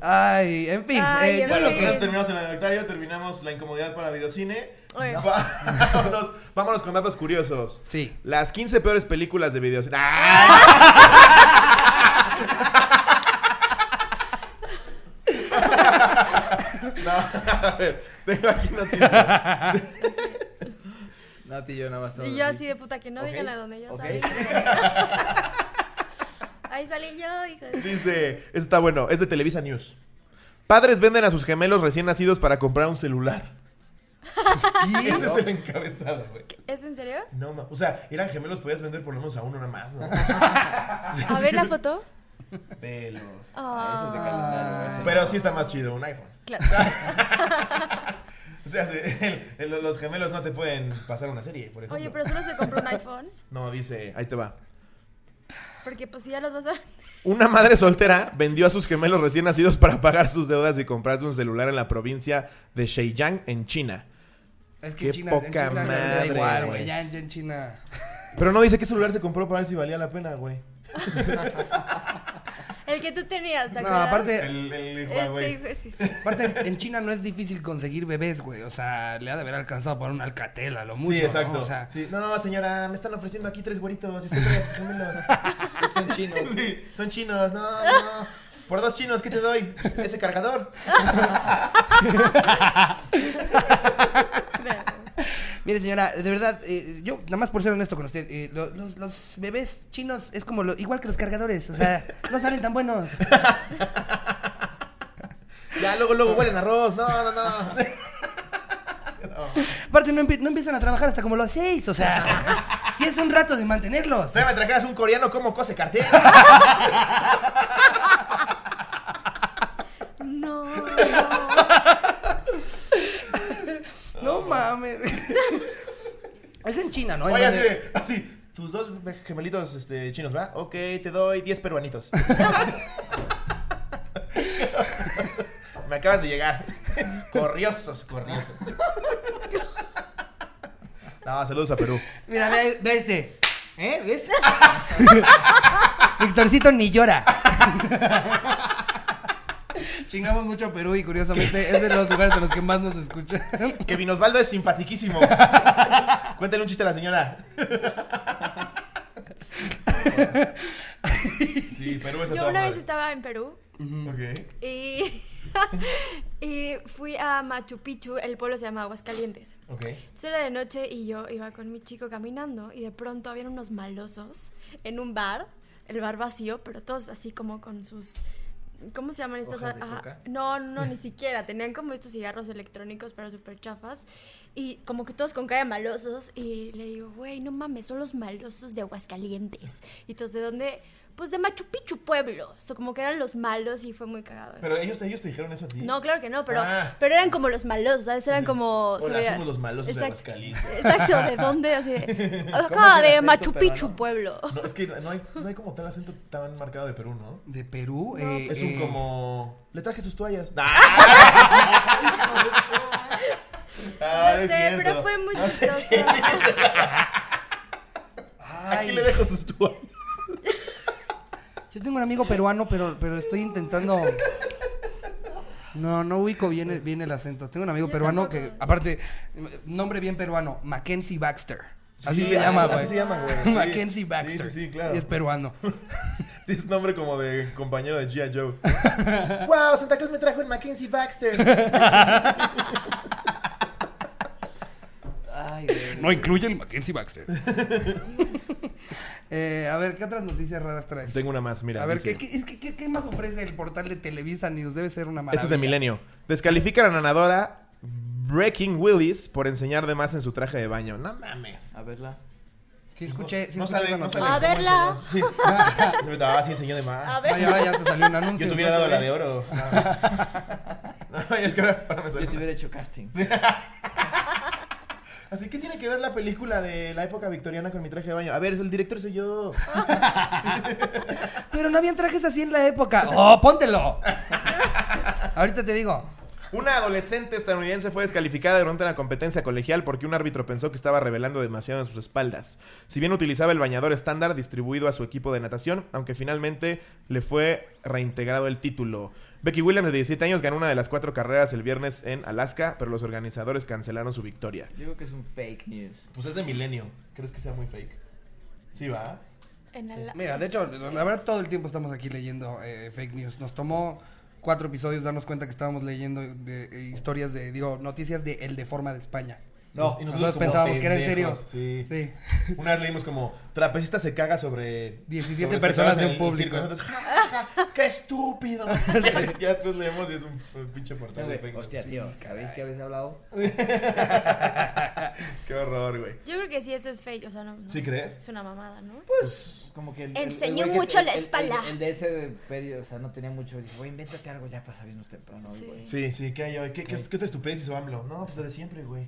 A: Ay, en fin.
D: Ay,
A: eh,
D: en
A: yo
D: fin.
A: lo
B: Bueno,
A: que-
B: con eso terminamos el anecdotario, terminamos la incomodidad para videocine.
D: Oye.
B: *laughs* Vámonos, vámonos con datos curiosos.
A: Sí.
B: Las 15 peores películas de videocine. ¡Ah! *laughs* No, a ver, tengo aquí noticias.
C: Nati y yo nada más estamos
D: Y yo
C: aquí.
D: así de puta, que no
C: Ok,
D: digan a dónde yo
C: ok.
D: salí. Ahí salí yo, hijo. de-
B: Dice, este está bueno, es de Televisa News. Padres venden a sus gemelos recién nacidos para comprar un celular. Y ese es el encabezado, güey.
D: ¿Es en serio?
B: No, ma- o sea, eran gemelos, podías vender por lo menos a uno nada más, ¿no?
D: A ver la foto.
B: Pelos.
C: Ah, eso es de calendario, ese.
B: Pero sí está más chido, un iPhone.
D: Ah, Claro.
B: O sea, sí, *laughs* el- el- los gemelos no te pueden pasar una serie, por ejemplo.
D: Oye, pero solo se compró un iPhone.
B: No, dice, ahí te va.
D: Porque pues si ya los vas a. *laughs*
B: Una madre soltera vendió a sus gemelos recién nacidos para pagar sus deudas y comprarse un celular en la provincia de Shenyang, en China.
A: Es que
B: Qué
A: China, en China
B: poca
A: ya les da
B: madre,
A: igual,
B: güey.
A: güey. Ya, ya en China.
B: Pero no dice qué celular se compró para ver si valía la pena, güey.
D: El que tú tenías, ¿te
A: No,
D: acuerdas?
A: aparte,
B: El, el Huawei.
D: Ese, güey, eh, sí, sí.
A: aparte, en China no es difícil conseguir bebés, güey. O sea, le ha de haber alcanzado para un alcatel a lo mucho.
B: sí,
A: ¿no?
B: exacto.
A: O sea,
B: Sí, No, señora, me están ofreciendo aquí tres güeritos. Y usted trae a sus gemelos.
C: Son chinos.
B: Sí, son chinos. No, no. Por dos chinos, ¿qué te doy? Ese cargador.
D: Pero-
A: Mire, señora, de verdad, eh, yo, nada más por ser honesto con usted, eh, lo- los, los bebés chinos es como lo, igual que los cargadores. O sea, no salen tan buenos.
B: Ya, luego, luego huelen a arroz. No, no, *laughs* no.
A: Aparte, no, empie- no empiezan a trabajar hasta como los seis. O sea, si es un rato de mantenerlos.
B: Si me trajeras un coreano, ¿cómo cose *laughs* cartel?
D: No.
A: No mames. *laughs* es en China, ¿no? En
B: Oye, así,
A: donde-
B: de- así. Tus dos gemelitos este, chinos, ¿va? Ok, te doy 10 *laughs* peruanitos. Me acaban de llegar. Corriosos, corriosos. No, saludos a Perú.
A: Mira, ve, ve este. ¿Eh? *laughs* ¿Ves? Victorcito ni llora. Chingamos mucho a Perú y curiosamente es de los lugares en los que más nos escuchan.
B: Kevin Osvaldo es simpaticísimo. Cuéntale un chiste a la señora. Sí, Perú es a
D: Yo
B: toda
D: una vez
B: madre.
D: estaba en Perú
B: Ok.
D: y, *laughs* y fui a Machu Picchu, el pueblo se llama Aguascalientes.
B: Ok.
D: Entonces era de noche y yo iba con mi chico caminando y de pronto habían unos malosos en un bar, el bar vacío, pero todos así como con sus... ¿Cómo se llaman estas?
C: ¿Hojas de
D: Ajá.
C: coca?
D: No, no, ni siquiera. Tenían como estos cigarros electrónicos, pero súper chafas. Y como que todos con cara de malosos. Y le digo, güey, no mames, son los malosos de Aguascalientes. Y entonces, ¿de dónde? Pues de Machu Picchu, pueblo. O sea, como que eran los malos y fue muy cagado.
B: Pero ellos, ellos te dijeron eso a ti.
D: No, claro que no, pero,
B: Ah.
D: pero eran como los malos, ¿sabes? Eran como... se
B: Hola,
D: veía-
B: somos los malos de
D: Exacto.
B: Aguascalientes.
D: *laughs* Exacto, ¿de dónde? Así
B: *laughs*
D: de,
C: ¿Cómo es
D: acá,
C: el
D: de
C: acento
D: Machu
C: peruano?
D: Picchu, pueblo. *laughs*
B: No, es que no hay, no hay como tal acento tan marcado de Perú, ¿no?
A: De Perú. eh,
B: Es un
A: eh,
B: como. Le traje sus toallas. *laughs* ¡Ah! Ah,
D: no
B: es
D: sé,
B: cierto.
D: pero fue muy
B: No sé
D: chistoso.
B: qué.
A: ay,
B: Aquí le dejo sus toallas. *laughs*
A: Yo tengo un amigo peruano, pero, pero estoy intentando. No, no ubico bien el, bien el acento. Tengo un amigo
D: Yo
A: peruano
D: tampoco.
A: que, aparte, nombre bien peruano, Mackenzie Baxter. Así
B: Sí,
A: se llama,
B: así-
A: güey.
B: así se llama, güey,
A: *laughs*
B: sí.
A: Mackenzie
B: Sí,
A: Baxter.
B: sí, sí, claro.
A: Y es peruano.
B: Es nombre como de compañero de G.I. Joe. ¡Wow! Santa Claus me trajo el Mackenzie Baxter.
A: Ay, güey.
F: No incluyen Mackenzie Baxter.
A: *laughs* Eh, a ver, ¿qué otras noticias raras traes?
B: Tengo una más, mira.
A: a ver,
B: dice.
A: ¿qué, qué, es que- qué- qué más ofrece el portal de Televisa News? Debe ser una maravilla.
B: Este es de Milenio. Descalifican a nadadora Breaking Willis por enseñar de más en su traje de baño. No mames.
C: A verla.
A: Sí, escuché, sí
B: No
A: escuché
B: sale-
A: esa
B: no
A: noticia.
B: sale
D: A verla.
B: cómo *laughs* enseñó. Sí. Ah, sí enseñó de más. *laughs*
D: A
A: Vaya,
D: ver,
A: vaya, te salió un anuncio.
B: Yo te hubiera
A: ¿no?
B: dado la de *laughs* oro. No, es que ahora, ahora me sale
C: Yo te
B: una.
C: hubiera hecho casting.
B: Así que tiene que ver la película de la época victoriana con mi traje de baño. A ver, el director soy yo.
A: Pero no habían trajes así en la época. ¡Oh,
B: *laughs*
A: póntelo! Ahorita te digo.
B: Una adolescente estadounidense fue descalificada durante una competencia colegial porque un árbitro pensó que estaba revelando demasiado en sus espaldas. Si bien utilizaba el bañador estándar distribuido a su equipo de natación, aunque finalmente le fue reintegrado el título. Becky Williams, de 17 años, ganó una de las cuatro carreras el viernes en Alaska, pero los organizadores cancelaron su victoria.
C: Yo creo que es un fake news.
B: Pues es de milenio. ¿Crees que sea muy fake? Sí, va.
D: en ala-
A: Mira, de hecho, la verdad, todo el tiempo estamos aquí leyendo eh, fake news. Nos tomó cuatro episodios darnos cuenta que estábamos leyendo eh, eh, historias de, digo, noticias de El de Forma de España.
B: No,
A: y nosotros pensábamos que era en serio.
B: Sí.
A: Sí.
B: Una vez leímos como trapecista se caga sobre
A: 17 personas de un
B: el- el
A: público.
B: circo. Nosotros, "Ja, ja, ja, ¡Qué estúpido! ya, ya después leemos y es un, un pinche portal de fake news.
C: Hostia, tío, ¿sabéis que habéis hablado?
B: Qué horror, güey.
D: Yo creo que sí, eso es fake, o sea, no. no.
B: ¿Sí Pues crees?
D: Es una mamada, ¿no?
C: Como que el-
D: Enseñó
C: güey que-
D: mucho la
C: el- el-
D: espalda.
C: El, de ese periodo, o sea, no tenía mucho. Dijo, güey, invéntate algo ya para salirnos temprano. hoy,
D: Sí.
C: güey".
B: Pues, Sí, sí, ¿qué hay hoy? ¿Qué, qué, qué otra estupidez hizo AMLO? No, pues la de siempre, güey.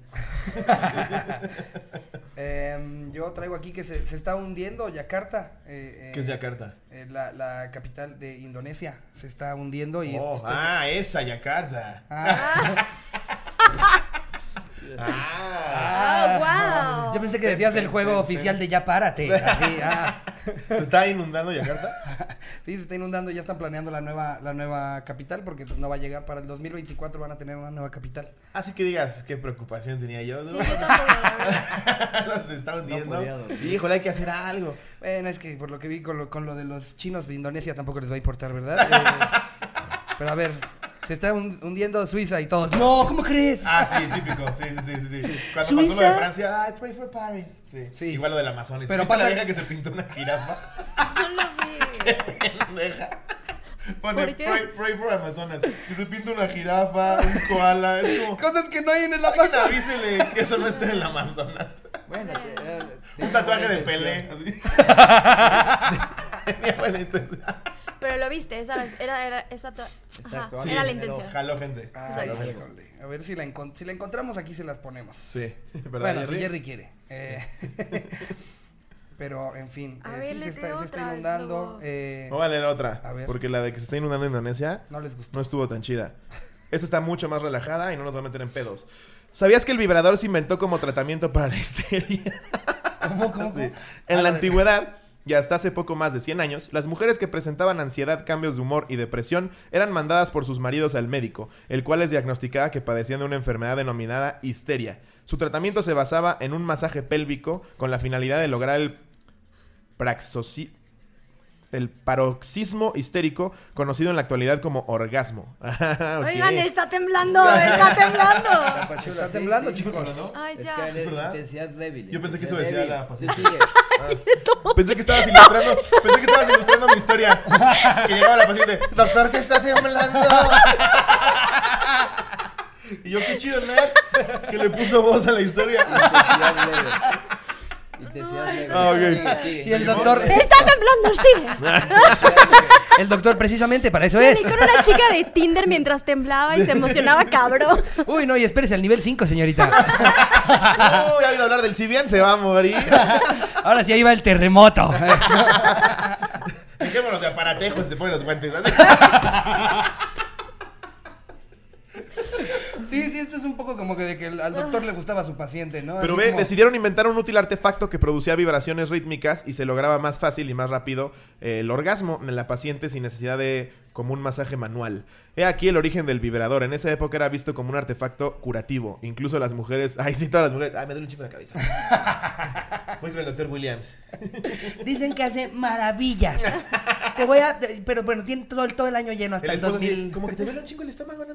A: Em, yo traigo aquí que se, se está hundiendo Yakarta. eh, eh,
B: ¿Qué es Yakarta?
A: eh, la, la capital de Indonesia se está hundiendo y
B: Oh,
A: está-
B: ah,
A: *laughs*
B: esa Yakarta.
A: Ah,
B: Ah.
D: Ah, wow.
A: yo pensé que decías el juego oficial de ya párate. Así, ah.
B: ¿Se está inundando Yakarta?
A: Sí, se está inundando, ya están planeando la nueva, la nueva capital porque pues, no va a llegar para el 2024 van a tener una nueva capital.
B: Así que digas, qué preocupación tenía yo.
D: Sí,
B: *laughs* ¿no?
D: yo tampoco, la verdad.
B: Los está hundiendo.
C: podía dormir.
B: Híjole, hay que hacer algo.
A: Bueno, es que por lo que vi con lo, con lo de los chinos de Indonesia tampoco les va a importar, ¿verdad?
B: *laughs*
A: Eh, pero a ver, se está hun- hundiendo Suiza y todos. No, ¿cómo crees?
B: Ah, sí, típico. Sí, sí, sí, sí. sí. Cuando pasó lo
A: ¿Suiza?
B: de Francia, I pray for Paris. Sí.
A: Sí.
B: Igual lo del Amazonas.
A: Pero
B: Pero
A: pasa-
B: la vieja que se pintó una jirafa. *laughs*
D: No lo vi.
B: Pendeja. Pone
D: ¿Por qué?
B: Pray, pray for Amazonas. Que se pinta una jirafa, un koala. Es como.
A: Cosas que no hay en el
B: "Alguien
A: Amazonas.
B: Avísele que eso no está en el Amazonas.
C: Bueno, te- eh, era-
B: Un
C: tenía
B: tatuaje
C: buena
B: de Pelé.
C: intención.
B: Así. *laughs* Tenía buena intención.
D: Pero lo viste, esa la- era, era, esa to- ajá,
C: Exacto,
B: Sí,
D: era la
B: pero
D: intención.
B: Jaló gente.
A: Ay,
D: Exacto.
A: Ah, pues, híjole. A ver si la, encon- si la encontramos aquí se las ponemos.
B: Sí. ¿Verdad,
A: Bueno, si
B: Jerry?
A: Jerry quiere. Eh, *laughs* pero, en fin,
D: A
A: eh,
D: ver,
A: sí, se
D: léete
A: está, se está
D: otra,
A: inundando.
D: Slobo.
A: eh,
B: Voy a leer otra.
A: A ver.
B: Porque la de que se está inundando Indonesia
A: no les
B: *laughs*
A: gustó.
B: no estuvo tan chida. Esta está mucho más relajada y no nos va a meter en pedos. ¿Sabías que el vibrador se inventó como tratamiento para la histeria?
A: ¿Cómo, cómo,
B: Sí.
A: cómo?
B: En la
A: Ah, de-
B: antigüedad, y hasta hace poco más de 100 años, las mujeres que presentaban ansiedad, cambios de humor y depresión eran mandadas por sus maridos al médico, el cual les diagnosticaba que padecían de una enfermedad denominada histeria. Su tratamiento se basaba en un masaje pélvico con la finalidad de lograr el praxosi- el paroxismo histérico, conocido en la actualidad como orgasmo. *laughs* Ah, ok.
D: Oigan,
B: *laughs*
D: está temblando, está temblando.
C: Tapachula,
A: Está
C: sí,
A: temblando,
C: sí.
A: chicos.
D: Ay,
C: Es
D: ya.
C: que
B: ¿Es
C: era
B: verdad?
C: intensidad débil.
B: Yo pensé que eso
C: intensidad
B: decía
C: débil.
B: la
C: Sí,
B: pasión.
C: sigue.
B: Pensé que estabas ilustrando, pensé que estabas ilustrando mi historia. Que llegaba la paciente, doctor, que está temblando. Y yo, qué chido, Nat, que le puso voz a la historia.
C: Intensidad leve. Intensidad leve.
B: Ah, ok.
C: Sigue, sigue.
A: Y el doctor-
D: Está temblando, sigue.
A: El doctor, precisamente para eso es.
D: Con una chica de Tinder mientras temblaba *laughs* y se emocionaba, cabrón.
A: Uy, no, y espérese al nivel 5, *laughs* señorita.
B: No, ya ha oído hablar del Sibian, se va a morir.
A: Ahora sí, ahí va el terremoto.
B: Dejémonos de aparatejos, se ponen los guantes.
A: Sí, sí, esto es un poco como que de que al doctor le gustaba su paciente, ¿no?
B: Pero
A: Así
B: ve,
A: como-
B: decidieron inventar un útil artefacto que producía vibraciones rítmicas y se lograba más fácil y más rápido eh, el orgasmo en la paciente sin necesidad de como un masaje manual. He aquí el origen del vibrador. En esa época era visto como un artefacto curativo. Incluso las mujeres... *laughs* Ay, sí, todas las mujeres... Ay, me duele un chingo
A: *laughs*
B: la cabeza. Voy con el doctor Williams.
A: Dicen que hace maravillas. Te voy a. te- Pero bueno, tiene todo, el- todo el año lleno hasta
B: El
A: el
B: esposo así,
A: 2000.
B: como que te duele un chingo el
A: *laughs*
B: estómago, ¿no?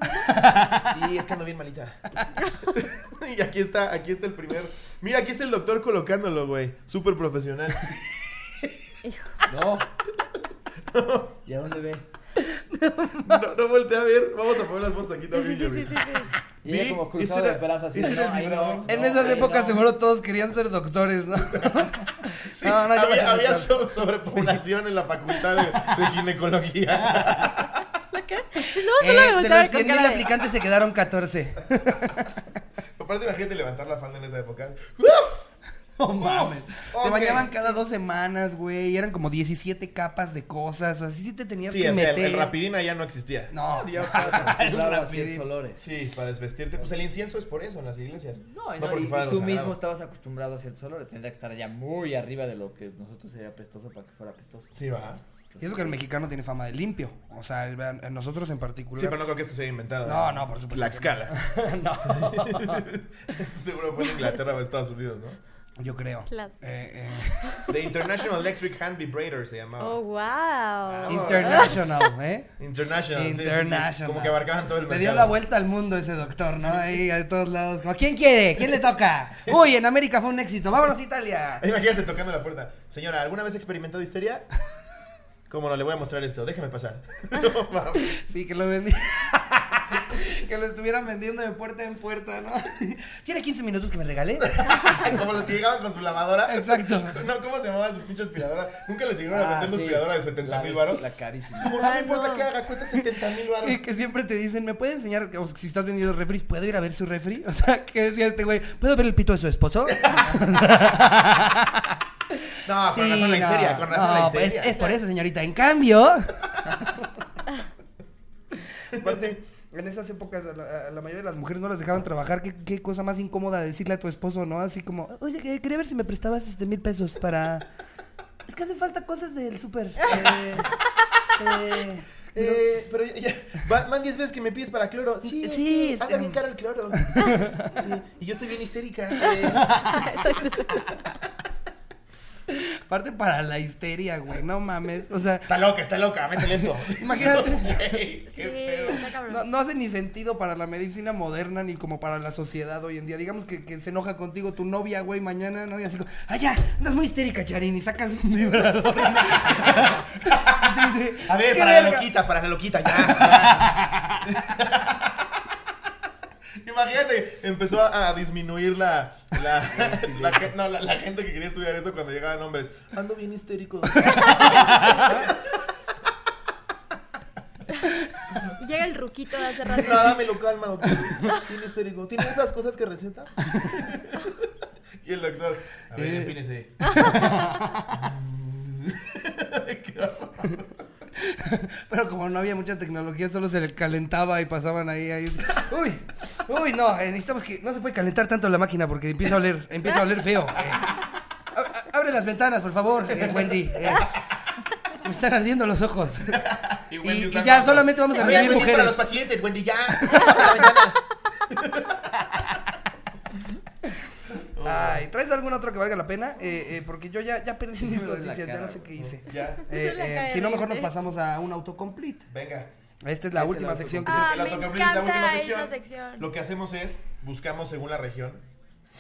B: sí, es que ando bien malita. *laughs* y aquí está, aquí está el primer... Mira, aquí está el doctor colocándolo, güey. Súper profesional.
C: No. ¿Y a dónde ve?
B: No, no volteé a ver. Vamos a poner las fotos aquí
D: Sí,
B: también.
D: sí, sí,
B: Jerry.
D: sí, sí.
C: Y ella
B: Vi,
C: como cruzado
B: ese
C: de
B: era-
C: brazos así.
B: ese
C: No,
B: era el
C: ahí
B: vibrador.
C: no.
A: En
C: no,
A: esas
C: ahí
A: épocas
C: no.
A: seguro todos querían ser doctores, ¿no?
B: *laughs* Sí,
A: No, no, ya Eh, vas
B: había
A: a
B: había
A: notar.
B: so- sobrepoblación en la facultad de, de
A: *laughs*
B: ginecología.
D: ¿La qué? No,
A: Eh,
D: solo me
A: de
D: volteaba
A: los
D: con
A: 100
D: cara
A: mil
D: de-
A: aplicantes se quedaron 14.
B: Aparte, imagínate levantar la falda en esa época. ¡Uf!
A: No mames. Se
B: ok.
A: bañaban cada dos semanas, güey. y Eran como 17 capas de cosas. Así sí te tenías
B: Sí,
A: que
B: o sea, el, Oh,
A: meter.
B: el rapidina ya no existía.
A: No,
C: Ya *laughs* estaba temblando así
A: Rapidín.
C: los olores.
B: Sí, para desvestirte. Pues el incienso es por eso en las iglesias.
C: No, y,
B: porque
C: y-
B: fuera
C: y
B: algo
C: tú
B: sagrado.
C: mismo estabas acostumbrado a ciertos olores. Tendría que estar ya muy arriba de lo que nosotros sería apestoso para que fuera apestoso.
B: Sí, va.
A: Y eso que el mexicano tiene fama de limpio. O sea, el- a nosotros en particular.
B: Sí, pero no creo que esto se haya inventado. ¿eh?
A: No, no, por supuesto
B: La
A: que *laughs*
B: escala. *laughs* Seguro fue en Inglaterra o en Estados Unidos, ¿no?
A: Yo creo.
D: Claro.
B: *laughs*
A: Eh, eh,
B: The International Electric Hand Vibrator se llamaba.
D: Oh,
A: Ah,
D: wow.
A: international, ¿eh?
B: International. sí, sí, sí.
A: International.
B: Como que abarcaban todo el
A: Le
B: mercado.
A: dio la vuelta al mundo ese doctor, ¿no? Ahí a todos lados. Como, ¿Quién quiere? ¿Quién le
B: *laughs*
A: toca? Uy, en América fue un éxito. Vámonos a Italia.
B: Imagínate tocando la puerta. Señora, ¿alguna vez ha experimentado histeria? ¿Cómo no? Le voy a mostrar esto. Déjeme pasar. *laughs* No, mames.
A: Sí, que lo vendí. *laughs* que lo estuvieran vendiendo de puerta en puerta, ¿no? *laughs* ¿Tiene 15 minutos que me regale?
B: Como los que llegaban con su lavadora.
A: Exacto.
B: *laughs* No, ¿cómo se llamaba su pinche aspiradora? Nunca les llegaron a
C: Ah,
B: vender su
C: sí.
B: aspiradora de 70
C: La
B: mil
C: de-
B: baros.
C: La carísima.
B: Como no me importa qué haga, cuesta 70 mil
A: *laughs*
B: baros.
A: Y que siempre te dicen, ¿me puede enseñar? que- o si estás vendiendo refris, ¿puedo ir a ver su refri? *laughs* O sea, ¿qué decía este güey? ¿Puedo ver el pito de su
B: *laughs*
A: esposo?
B: No, con razón la histeria, con razón la histeria.
A: pues, Es, es por eso, señorita. En cambio. Aparte, en esas épocas a la, a la mayoría de las mujeres no las dejaban trabajar. ¿Qué, qué cosa más incómoda decirle a tu esposo, ¿no? Así como, oye, que- quería ver si me prestabas este mil pesos para. *laughs* Es que hacen falta cosas del *laughs* súper. Eh, eh,
B: Eh, pero ya, va- van 10 veces que me pides para cloro. Sí,
A: Sí,
B: sí,
A: es-
B: haga bien cara el cloro. Sí, y yo estoy bien histérica. Eh,
G: Exacto, exacto.
A: Aparte para la histeria, güey. No mames. O sea,
B: está loca, está loca, métele esto. *laughs*
A: Imagínate.
B: Güey, qué
D: Sí,
B: pedo.
D: está cabrón.
A: no, no hace ni sentido para la medicina moderna ni como para la sociedad hoy en día. Digamos que, que se enoja contigo tu novia, güey, mañana, ¿no? Y así como, ¡ay, ya! Andas muy histérica, Charín, y sacas un vibrador. *laughs* Y te dice,
B: A ver,
A: "¿Qué
B: para la
A: verga?".
B: loquita, para la loquita, ya.
A: *laughs*
B: ya. Imagínate, empezó a, a disminuir la,
A: *laughs*
B: la, la gen- no, la- la gente que quería estudiar eso cuando llegaban hombres. Ando bien histérico.
G: Llega el ruquito de hace rato.
B: No, dámelo calma, doctor. Bien histérico. ¿Tiene esas cosas
A: *laughs*
B: que receta? Y el doctor, a ver,
A: Eh. *laughs*
B: empínese. Qué horror.
A: *laughs* Pero como no había mucha tecnología, solo se le calentaba y pasaban ahí, ahí. Uy, uy, no, eh, necesitamos que. No se puede calentar tanto la máquina porque empieza a oler, empieza a oler feo. eh. A- a- abre las ventanas, por favor, eh, Wendy. eh. Me están ardiendo los ojos.
B: Y,
A: Y,
B: Wendy
A: y
B: usando-
A: ya solamente vamos a
B: Oye,
A: vivir
B: Wendy, para
A: mujeres.
B: los pacientes, Wendy, ya.
A: *laughs*
B: Abre la ventana.
A: Ay, ¿traes algún otro que valga la pena? Eh, eh, porque yo ya, ya perdí mis
C: me duele la
A: noticias, ya
C: cara,
A: no sé qué hice.
B: Ya,
A: Eh,
G: Duele la
A: eh,
G: cara,
A: si no, mejor nos
G: reírte.
A: pasamos a un autocomplete.
B: venga.
A: Esta es la
C: Es el
A: última sección que
D: Ah,
B: El
D: me
B: autocomplete es la última
D: encanta
B: sección.
D: esa sección.
B: Lo que hacemos es, buscamos según la región,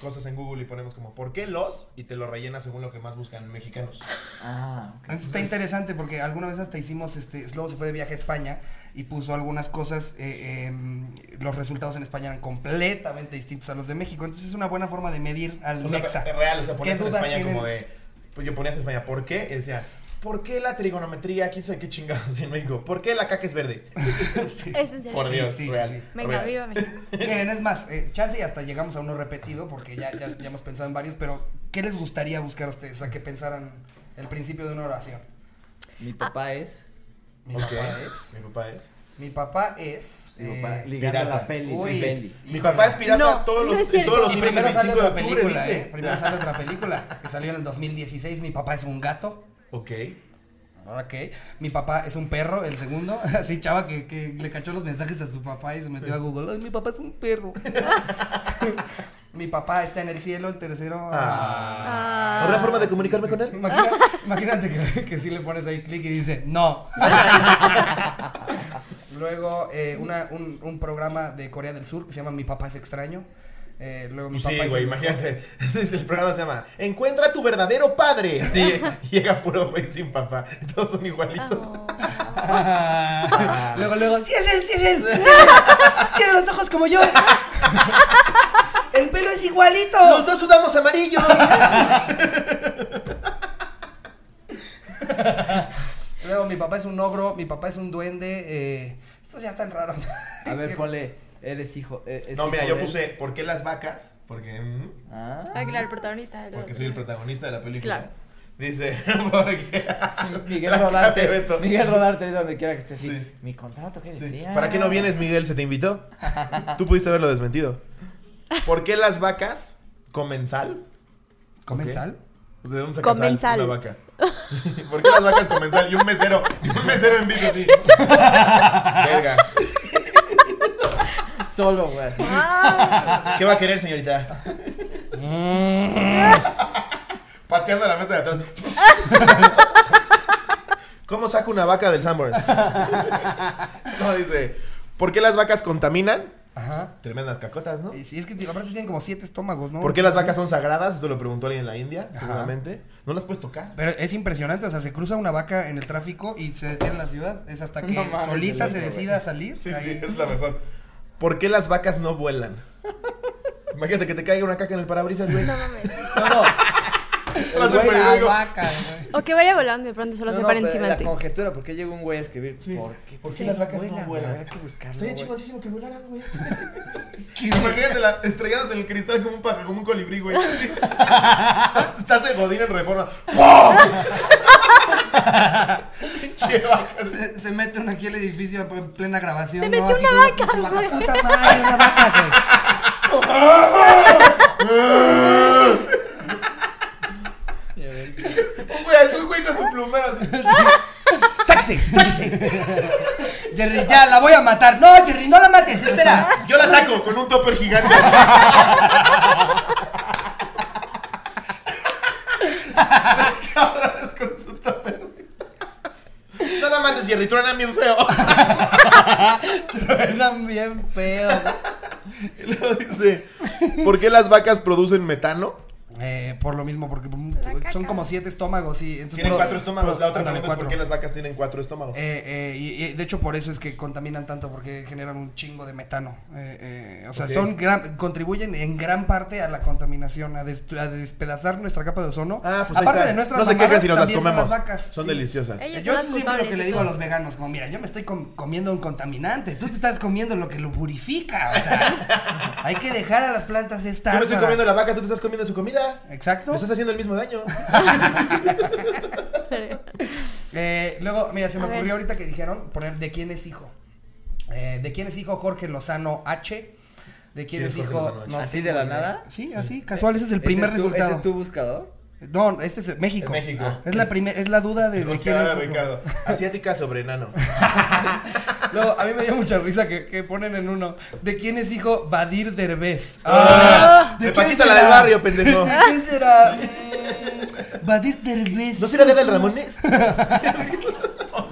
B: cosas en Google y ponemos como, ¿por qué los? Y te lo rellenas según lo que más buscan mexicanos.
C: Ah, ok.
A: Entonces, está interesante porque alguna vez hasta hicimos, este, Slobo se fue de viaje a España y puso algunas cosas, eh, em, los resultados en España eran completamente distintos a los de México. Entonces es una buena forma de medir al
B: O sea,
A: Mexa.
B: es real, o sea, ponías
A: ¿Qué
B: en
A: dudas
B: España
A: tienen?
B: como de, pues yo ponías España, ¿por qué? Y decía, ¿por qué la trigonometría? ¿Quién sabe qué chingados en México? ¿Por qué la caca es verde?
A: Sí.
G: Es en serio.
B: Por
A: Sí,
B: Dios,
A: sí, sí,
B: real.
A: sí.
G: Venga,
B: real.
G: viva México.
A: Miren, es más, eh, chance y hasta llegamos a uno repetido porque ya, ya, ya hemos pensado en varios, pero ¿qué les gustaría buscar a ustedes? O sea, que pensaran el principio de una oración.
C: Mi papá es.
A: Mi
B: Ok.
A: papá es.
B: Mi papá es.
A: Mi papá es.
C: Mi
A: eh,
C: papá ligando
B: pirata.
C: la peli.
A: uy,
C: sí, *laughs* peli.
B: Mi papá es pirata
G: No,
B: todos los,
G: no es cierto.
B: todos los
A: Y
B: fines
A: primero
B: del
A: sale
B: 25 de
A: otra
B: octubre,
A: película,
B: dice.
A: ¿eh? Primero sale otra película que salió en el 2016. Mi papá es un gato.
B: Ok.
A: Ahora qué. Mi papá es un perro, el segundo. *laughs* Así, chava, que, que le cachó los mensajes a su papá y se metió a Google. Ay, mi papá es un perro. *laughs* mi papá está en el cielo, el tercero.
B: Ah.
G: Ah,
B: ¿Habrá forma de comunicarme con él?
A: Imagina- imagínate que, que si le pones ahí clic y dice no. *laughs* Luego eh, una- un, un programa de Corea del Sur que se llama Mi papá es extraño. Eh, luego mi
B: Pues
A: papá
B: sí,
A: es
B: güey,
A: el-
B: imagínate. *laughs* El programa se llama Encuentra a tu verdadero padre. *laughs* Sí, llega puro güey sin papá. Todos son igualitos. Ah.
A: luego, luego, sí es él, sí es él. sí
B: *laughs*
A: es él. Tiene los ojos como yo. El pelo es igualito.
B: Los dos sudamos amarillo.
A: Luego mi papá es un ogro, mi papá es un duende. eh, estos ya están raros.
C: A ver, ponle. Eres hijo. e- es
B: No,
C: hijo
B: mira, yo
C: de-
B: puse ¿Por qué las vacas? Porque. mm,
C: Ah.
B: *laughs*
G: ah, claro, el protagonista.
B: Porque soy el protagonista de la película.
G: Claro.
B: Dice, *laughs* porque.
C: *laughs* Miguel
B: La *laughs* cara de
C: Rodarte.
B: Beto.
C: Miguel Rodarte, donde quiera que esté. Sí.
B: Sí.
C: Mi contrato, ¿qué
B: Sí.
C: decía?
B: ¿Para qué no vienes, Miguel? ¿Se te
C: *laughs*
B: invitó? Tú pudiste haberlo desmentido. ¿Por qué las vacas comen sal?
A: ¿Comen
B: Ok.
A: sal?
B: Pues, ¿De dónde sacas
G: Comen
B: sal
G: sal.
B: una vaca? *laughs* ¿Por qué las vacas comen sal? Y un mesero. Y un mesero en vivo, sí. Verga.
C: Solo, güey. así.
G: Ah,
B: ¿Qué va a querer, señorita? *laughs* Pateando la mesa de atrás. ¿Cómo saco una vaca del Sanborns? *laughs* No, dice, ¿por qué las vacas contaminan?
A: Ajá.
B: Tremendas cacotas, ¿no?
A: Y sí, es que aparte tienen como siete estómagos, ¿no?
B: ¿Por qué las vacas son sagradas? Esto lo preguntó alguien en la India, seguramente. No las puedes tocar.
A: Pero es impresionante, o sea, se cruza una vaca en el tráfico y se detiene en la ciudad. Es hasta que
C: No mames,
A: solita
C: de
A: se
C: loco, güey.
A: decida a salir.
B: Sí,
A: ahí.
B: sí, es la mejor. ¿Por qué las vacas no vuelan? Imagínate que te caiga una caca en el parabrisas, güey.
G: No mames.
C: No, no.
B: Vas en
C: El güey,
A: La
B: periódico.
A: vaca, güey.
G: O que vaya volando y de pronto se lo
C: No, no,
G: separa
C: pero
G: encima de
C: La
G: ti.
C: conjetura, porque llega un güey a escribir.
B: Sí.
C: ¿Por qué?
B: ¿Por qué
G: Sí,
B: las vacas no
C: güey?
B: vuelan?
C: Habrá que buscarlo,
B: Estaría
C: güey.
B: chingotísimo que volaran, güey. *laughs* Imagínate la, estrelladas en el cristal como un pájaro, como un colibrí, güey. estás, estás de godín en reforma. ¡Pum! *laughs* Pinche vacas.
A: Se, se mete una aquí al edificio en plena grabación.
G: Se
A: ¿no?
G: metió
A: Aquí
G: una
A: con
G: vaca, güey.
A: pinche Puta madre, una vaca, güey.
B: Un güey, así, un güey primero. así.
A: ¡Sáquese! ¡Sáquese! Jerry, ya, la voy a matar. No, Jerry, no la mates, espera.
G: *laughs*
B: Yo la saco con un topper gigante. Los cabrones con su topper. No la mandes, Jerry, truenan bien feo.
A: Truenan bien feo.
B: Y luego dice, ¿por qué las vacas producen metano?
A: Eh, por lo mismo, porque
D: caca.
A: son como siete estómagos, sí. Entonces,
B: Tienen
A: pero-
B: cuatro estómagos.
A: pero-
B: La otra
A: ándale,
B: pregunta es por
A: cuatro.
B: qué las vacas tienen cuatro estómagos.
A: Eh, eh, y, y de hecho por eso es que contaminan tanto porque generan un chingo de metano. Eh, eh, o sea,
B: Ok.
A: son gran- contribuyen en gran parte a la contaminación, a, dest- a despedazar nuestra capa de ozono.
B: Ah, pues ahí
A: Aparte
B: está.
A: de nuestras
B: No se
A: mamadas,
B: quejan si nos las
A: también son
B: comemos.
A: vacas,
B: Son
A: sí.
B: deliciosas.
G: Ellos
A: yo
G: son las
A: eso es siempre lo
G: culpables
A: que
G: de
A: le digo
G: todo.
A: a los veganos, como mira, yo me estoy com- comiendo un contaminante, tú te estás comiendo lo que lo purifica, o sea, *laughs* hay que dejar a las plantas estar.
B: Yo me estoy
A: para-
B: comiendo la vaca, tú te estás comiendo su comida.
A: Exacto.
B: Me estás haciendo el mismo daño.
A: Eh, luego, mira, se me
G: A ver.
A: ocurrió ahorita que dijeron poner de quién es hijo. Eh, de quién es hijo Jorge Lozano H. De quién
B: ¿Quién
A: es
B: es Jorge
A: hijo.
B: Lozano H?
A: no
C: ¿Así
A: tengo
C: de la
A: idea.
C: nada?
A: Sí, así, casual. Ese es el
C: ¿Ese
A: primer
C: es tu-
A: resultado.
C: ¿Ese es tu buscador?
A: No, este es México.
B: Es México.
A: Ah, es la primer, es la duda de, de quién es.
B: Buscada,
A: hijo. *laughs*
B: Pues Ricardo. Asiática sobre enano.
A: Luego, a mí me dio mucha risa que, que ponen en uno. ¿De quién es hijo Badir Derbez?
B: Ah, de
A: quién
B: Paquita la del
A: será?
B: barrio, pendejo.
A: ¿De quién
B: *laughs*
A: será? Mm, Badir Derbez.
B: ¿No será de
A: Pues,
B: del Ramones?
A: Ah,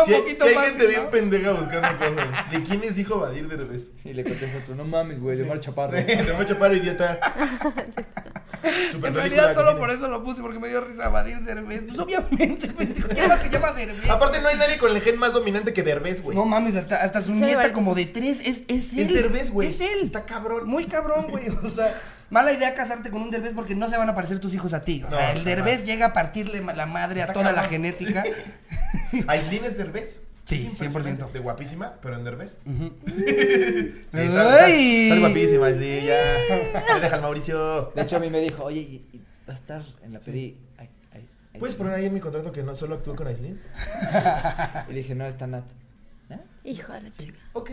A: un
B: Si hay-
A: poquito
B: si hay
A: más.
B: gente
A: ¿no?
B: bien pendeja buscando cosas. ¿De quién es hijo Badir Derbez?
C: Y le contesta otro, no mames, güey, de Mar
B: *laughs*
C: Chaparro.
B: Se me Chaparro,
A: *laughs*
B: idiota. Super
A: En
B: película
A: realidad
B: que
A: solo
B: tiene.
A: por eso lo puse, porque me dio risa Badir Derbez. Pues
B: *laughs*
A: obviamente, pendejo, ¿quién más se llama Derbez?
B: Aparte, no hay nadie con el gen más dominante que Derbez, güey.
A: No mames, hasta, hasta su
G: Sí,
A: nieta
G: Alvarito,
A: como de tres es, es él.
B: es Derbez, güey.
A: Es él.
B: Está cabrón.
A: Muy cabrón, güey. O sea, mala idea casarte con un Derbez porque no se van a parecer tus hijos a ti. O sea,
B: No,
A: el Derbez
B: jamás.
A: llega a partirle ma- la madre a
B: Está
A: toda la
B: cabrón.
A: genética.
B: Aislín es Derbez.
A: Sí,
B: Es impresionante.
A: 100%.
B: De guapísima, pero en Derbez.
A: *laughs*
B: *laughs* Sí,
A: Ay.
B: estás guapísima, Aislín,
A: *laughs*
B: ya. Ya Deja al Mauricio.
C: De hecho, a mí me dijo, oye, y, y va a estar en la peli. Ay, ay, ay".
B: ¿Puedes poner ahí en mi contrato que no solo actúo con Aislín?
C: Y dije, no, está Nat. ¿Eh?
G: *laughs* Hijo de la chica.
B: Ok.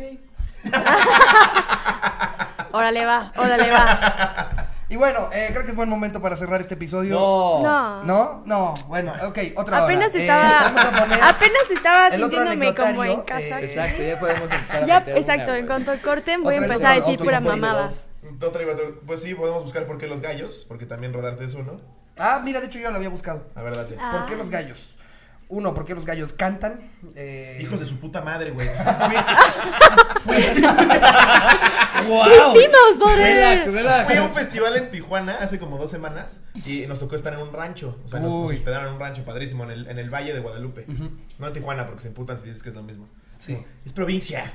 G: Órale va, órale va.
A: Y bueno, eh, creo que es buen momento para cerrar este episodio.
C: No.
G: No.
A: ¿No? No, bueno, ok, otra hora.
G: Apenas
A: Eh,
G: estaba,
A: vamos a poner-
G: apenas estaba
A: el otro
G: sintiéndome como en
A: anecdotario,
G: casa.
A: eh,
C: Exacto, ya podemos empezar a
G: ya,
C: meter una,
G: exacto, en
C: güey.
G: cuanto corten voy a
A: Otra vez
G: empezar a
A: otro-
G: decir
A: otro
G: pura
A: tipo de
G: mamada.
A: dos.
B: Otra y otra. Pues sí, podemos buscar por qué los gallos, porque también rodarte es uno.
A: Ah, mira, de hecho yo lo había buscado.
B: A ver, date.
A: ¿Por
G: Ah.
A: qué los gallos? Uno, ¿por qué los gallos cantan? Eh,
B: Hijos de su puta madre, güey. *laughs*
A: ¡Wow!
G: ¿Qué hicimos,
C: Relax,
G: brother?
C: relax.
B: Fui a un festival en Tijuana hace como dos semanas y nos tocó estar en un rancho. O sea, nos, nos
A: Uy.
B: hospedaron en un rancho padrísimo en el, en el Valle de Guadalupe. No en Tijuana, porque se emputan si dices que es lo mismo.
A: Sí.
B: Es provincia.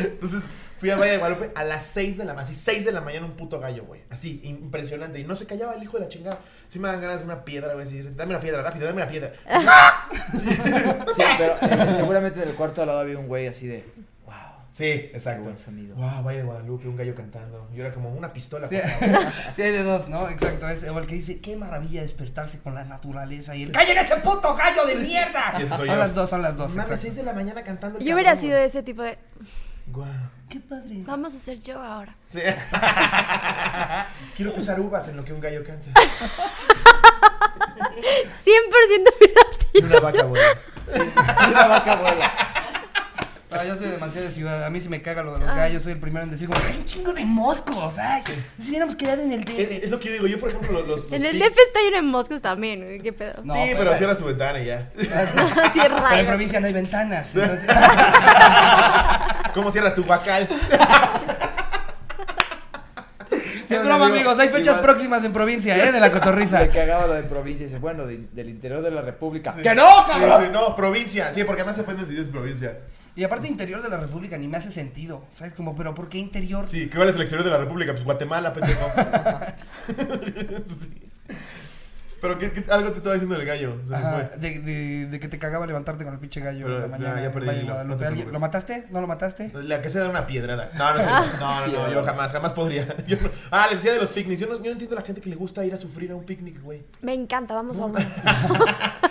B: Entonces fui al Valle de Guadalupe a las 6 de la mañana. Así, 6 de la mañana, un puto gallo, güey. Así, impresionante. Y no se callaba el hijo de la chingada. Sí me dan ganas de una piedra, güey. así, Dame una piedra, rápido, dame una piedra.
C: Sí, pero eh, seguramente en el cuarto al lado había un güey así de, wow.
B: Sí, exacto.
C: Qué buen sonido.
B: Wow, Valle de Guadalupe, un gallo cantando. Y era como una pistola.
A: Sí, *laughs*
B: por favor.
A: sí, hay de dos, ¿no? Exacto. Es, o el que dice, qué maravilla despertarse con la naturaleza y el ¡Callen ese puto gallo de mierda!
B: Y ese
A: Son
B: soy yo.
A: las dos, son las dos.
B: Mames,
A: exacto.
B: 6 de la mañana cantando. el
G: Yo hubiera
B: cabrón,
G: sido de ese tipo de,
B: güey. Guau.
A: Qué padre.
G: vamos a hacer yo ahora.
B: Sí. *laughs* Quiero pisar uvas en lo que un gallo canta.
G: *laughs* 100% hubiera sido.
B: Y una vaca, güey.
C: Una vaca abuela.
A: Ah, yo soy demasiado de ciudad. A mí sí me caga lo de
G: Ah.
A: los gallos. Soy el primero en decir, como, ¡ay, un chingo de moscos! ¡Ay! Nos hubiéramos quedado en el
B: Es,
A: DF.
B: es lo que yo digo. Yo, por ejemplo, los. los-
G: En
B: los
G: el
B: pic-
G: DF está lleno de moscos también, güey, qué pedo.
A: No,
B: sí, pero cierras tu ventana y ya.
G: *laughs* Así es
A: Pero en
G: raro.
A: provincia no hay
B: *laughs*
A: ventanas. Entonces,
B: ¿Cómo cierras tu guacal?
A: *laughs* es broma, amigos. Hay fechas próximas en provincia, ¿eh? De la
B: *laughs*
A: cotorriza.
C: Le cagaba lo de provincia y dice, bueno, de- del interior de la república.
B: Sí.
C: ¡Que no,
B: Sí,
C: cabrón!
B: sí, no, provincia. Sí, porque además se ofenden si dices provincia.
A: Y aparte, interior de la República ni me hace sentido. ¿Sabes? Como, ¿pero por qué interior?
B: Sí, ¿qué vale el exterior de la República? Pues
A: *laughs*
B: Guatemala, pendejo. Pues Sí. Pero ¿qué, qué- algo te estaba diciendo el gallo. Se me
A: Ajá,
B: fue.
A: de, de- de que te cagaba levantarte con el pinche gallo
B: Pero
A: en la
B: ya-
A: mañana
B: ya
A: en
B: perdí
A: Valle de
B: el hilo, no te
A: Guadalupe. ¿Alguien-
B: preocupes.
A: ¿Lo mataste? ¿No lo mataste?
B: La que se da una piedrada. No, no, es cierto. no, no, no, yo jamás, jamás podría. *laughs* Yo no- Ah, les decía de los picnics. Yo no, yo no entiendo a la gente que le gusta ir a sufrir a un picnic, güey.
G: Me encanta, vamos a uno.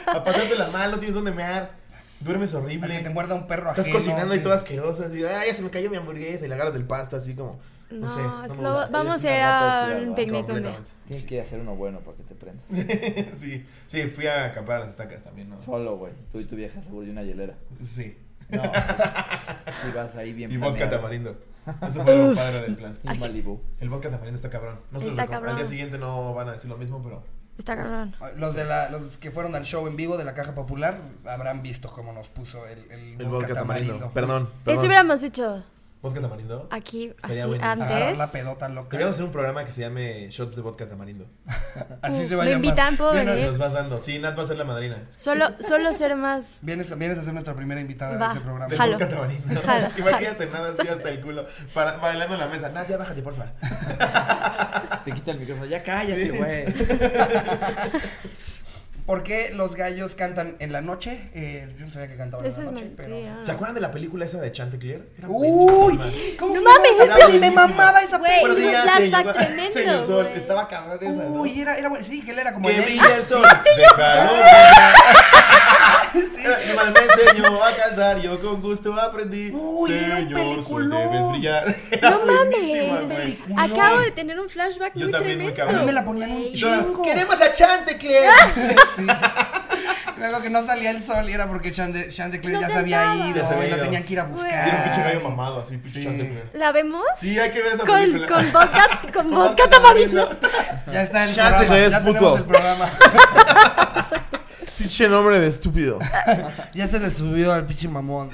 B: A pasártela mal, no tienes dónde mear. Duermes
A: A que
B: horrible.
A: te muerda un perro
B: Estás
A: ajeno,
B: cocinando
A: sí.
B: y todo asqueroso. Así, ay, ya se me cayó mi hamburguesa. Y la agarras del pasta, así como.
D: No,
B: sé, no
D: es
B: me
D: lo-
B: gusta.
D: vamos
C: Es
D: a
C: una
D: ir
C: nota de
D: a
C: ciudad,
D: un picnic un día.
B: Completamente.
C: Tienes que ir a hacer uno bueno para que te prenda.
B: *laughs* sí, sí, fui a acampar a las estacas también, ¿no?
C: Solo, güey. Tú y tu vieja seguro y una hielera.
B: Sí.
C: No. Si vas ahí bien
B: Y vodka
C: planeado.
B: tamarindo. Eso fue lo padre del plan.
C: Un Malibu.
B: El vodka tamarindo está cabrón. No se los
H: Está
B: recomiendo. Al día
H: cabrón.
B: siguiente no van a decir lo mismo, pero.
H: Está cabrón.
A: Los, de la, los que fueron al show en vivo de la Caja Popular habrán visto cómo nos puso el, el,
B: El
A: vodka tamarindo.
B: Perdón.
D: Eso hubiéramos hecho
B: ¿Vodka tamarindo?
D: aquí,
B: Estaría
D: así,
B: buenísimo.
A: Agarrar la
D: antes.
A: pedota loca.
B: Deberíamos hacer un programa que se llame Shots de Vodka Tamarindo.
A: Así
D: Uh,
A: se va a
D: ¿me
A: llamar.
D: invitan? ¿Puedo
A: Vienes-
D: venir?
B: Nos vas dando. Sí, Nat va a ser la madrina.
D: Solo, solo
A: *laughs*
D: ser más.
A: Vienes, vienes a ser nuestra primera invitada de
D: Va.
A: ese programa.
B: De
D: Jalo.
B: vodka tamarindo.
D: Jalo,
B: *laughs* Imagínate nada así hasta el culo. Para, bailando en la mesa. Nat, ya bájate, porfa.
C: Te quita el micrófono. Ya cállate, güey. *laughs*
A: ¿Por qué los gallos cantan en la noche? Eh, yo no sabía que cantaban en
D: Eso es ah.
A: la noche, pero...
D: mentira.
B: ¿Se acuerdan de la película esa de Chanticleer? Era
A: ¡Uy!
B: buenísima.
A: ¿Cómo
D: No
A: se
D: mames, este
A: llamaba esa
D: es
A: peli? me
D: buenísima.
A: mamaba esa
D: Güey,
A: peli.
D: es un
B: ya, *laughs*
D: flashback
B: señor-
D: tremendo,
B: señor Sol,
D: güey.
B: Estaba cabrón esa, ¿no?
A: Uy, era, era bueno. Sí, que él era como Ah,
B: Que
A: el
B: brilla el
A: Elvis.
B: sol. Además me enseñó a cantar, yo con gusto aprendí.
A: Uy, era un
B: Señor, sol,
A: peliculón.
B: debes brillar. Era *laughs*
D: No
B: buenísima,
D: mames.
B: güey.
D: Acabo de tener un flashback
B: Yo
D: muy
B: también, muy
D: tremendo.
A: A mí me la
B: cabrón.
A: ponían un
B: Yo era,
A: chingo. Ah.
B: ¡Queremos a Chanticleer!
A: Luego que no salía el sol y era porque Chande- Chanticleer
D: No
A: ya se había
D: cantaba.
A: ido
B: Ya se había
A: y lo
B: ido.
A: tenían que ir a
B: Era un pinche
A: buscar.
B: gallo mamado, así, pinche
A: Sí.
B: Chanticleer.
D: ¿La vemos?
B: Sí, hay que ver esa
D: Con,
B: película. *laughs*
D: con vodka, con vodka tamarindo.
A: Ya está el programa.
B: Chanticleer es
A: Ya
B: puto.
A: tenemos el programa.
B: Pinche nombre de estúpido.
A: *laughs* Ya se le subió al pinche mamón.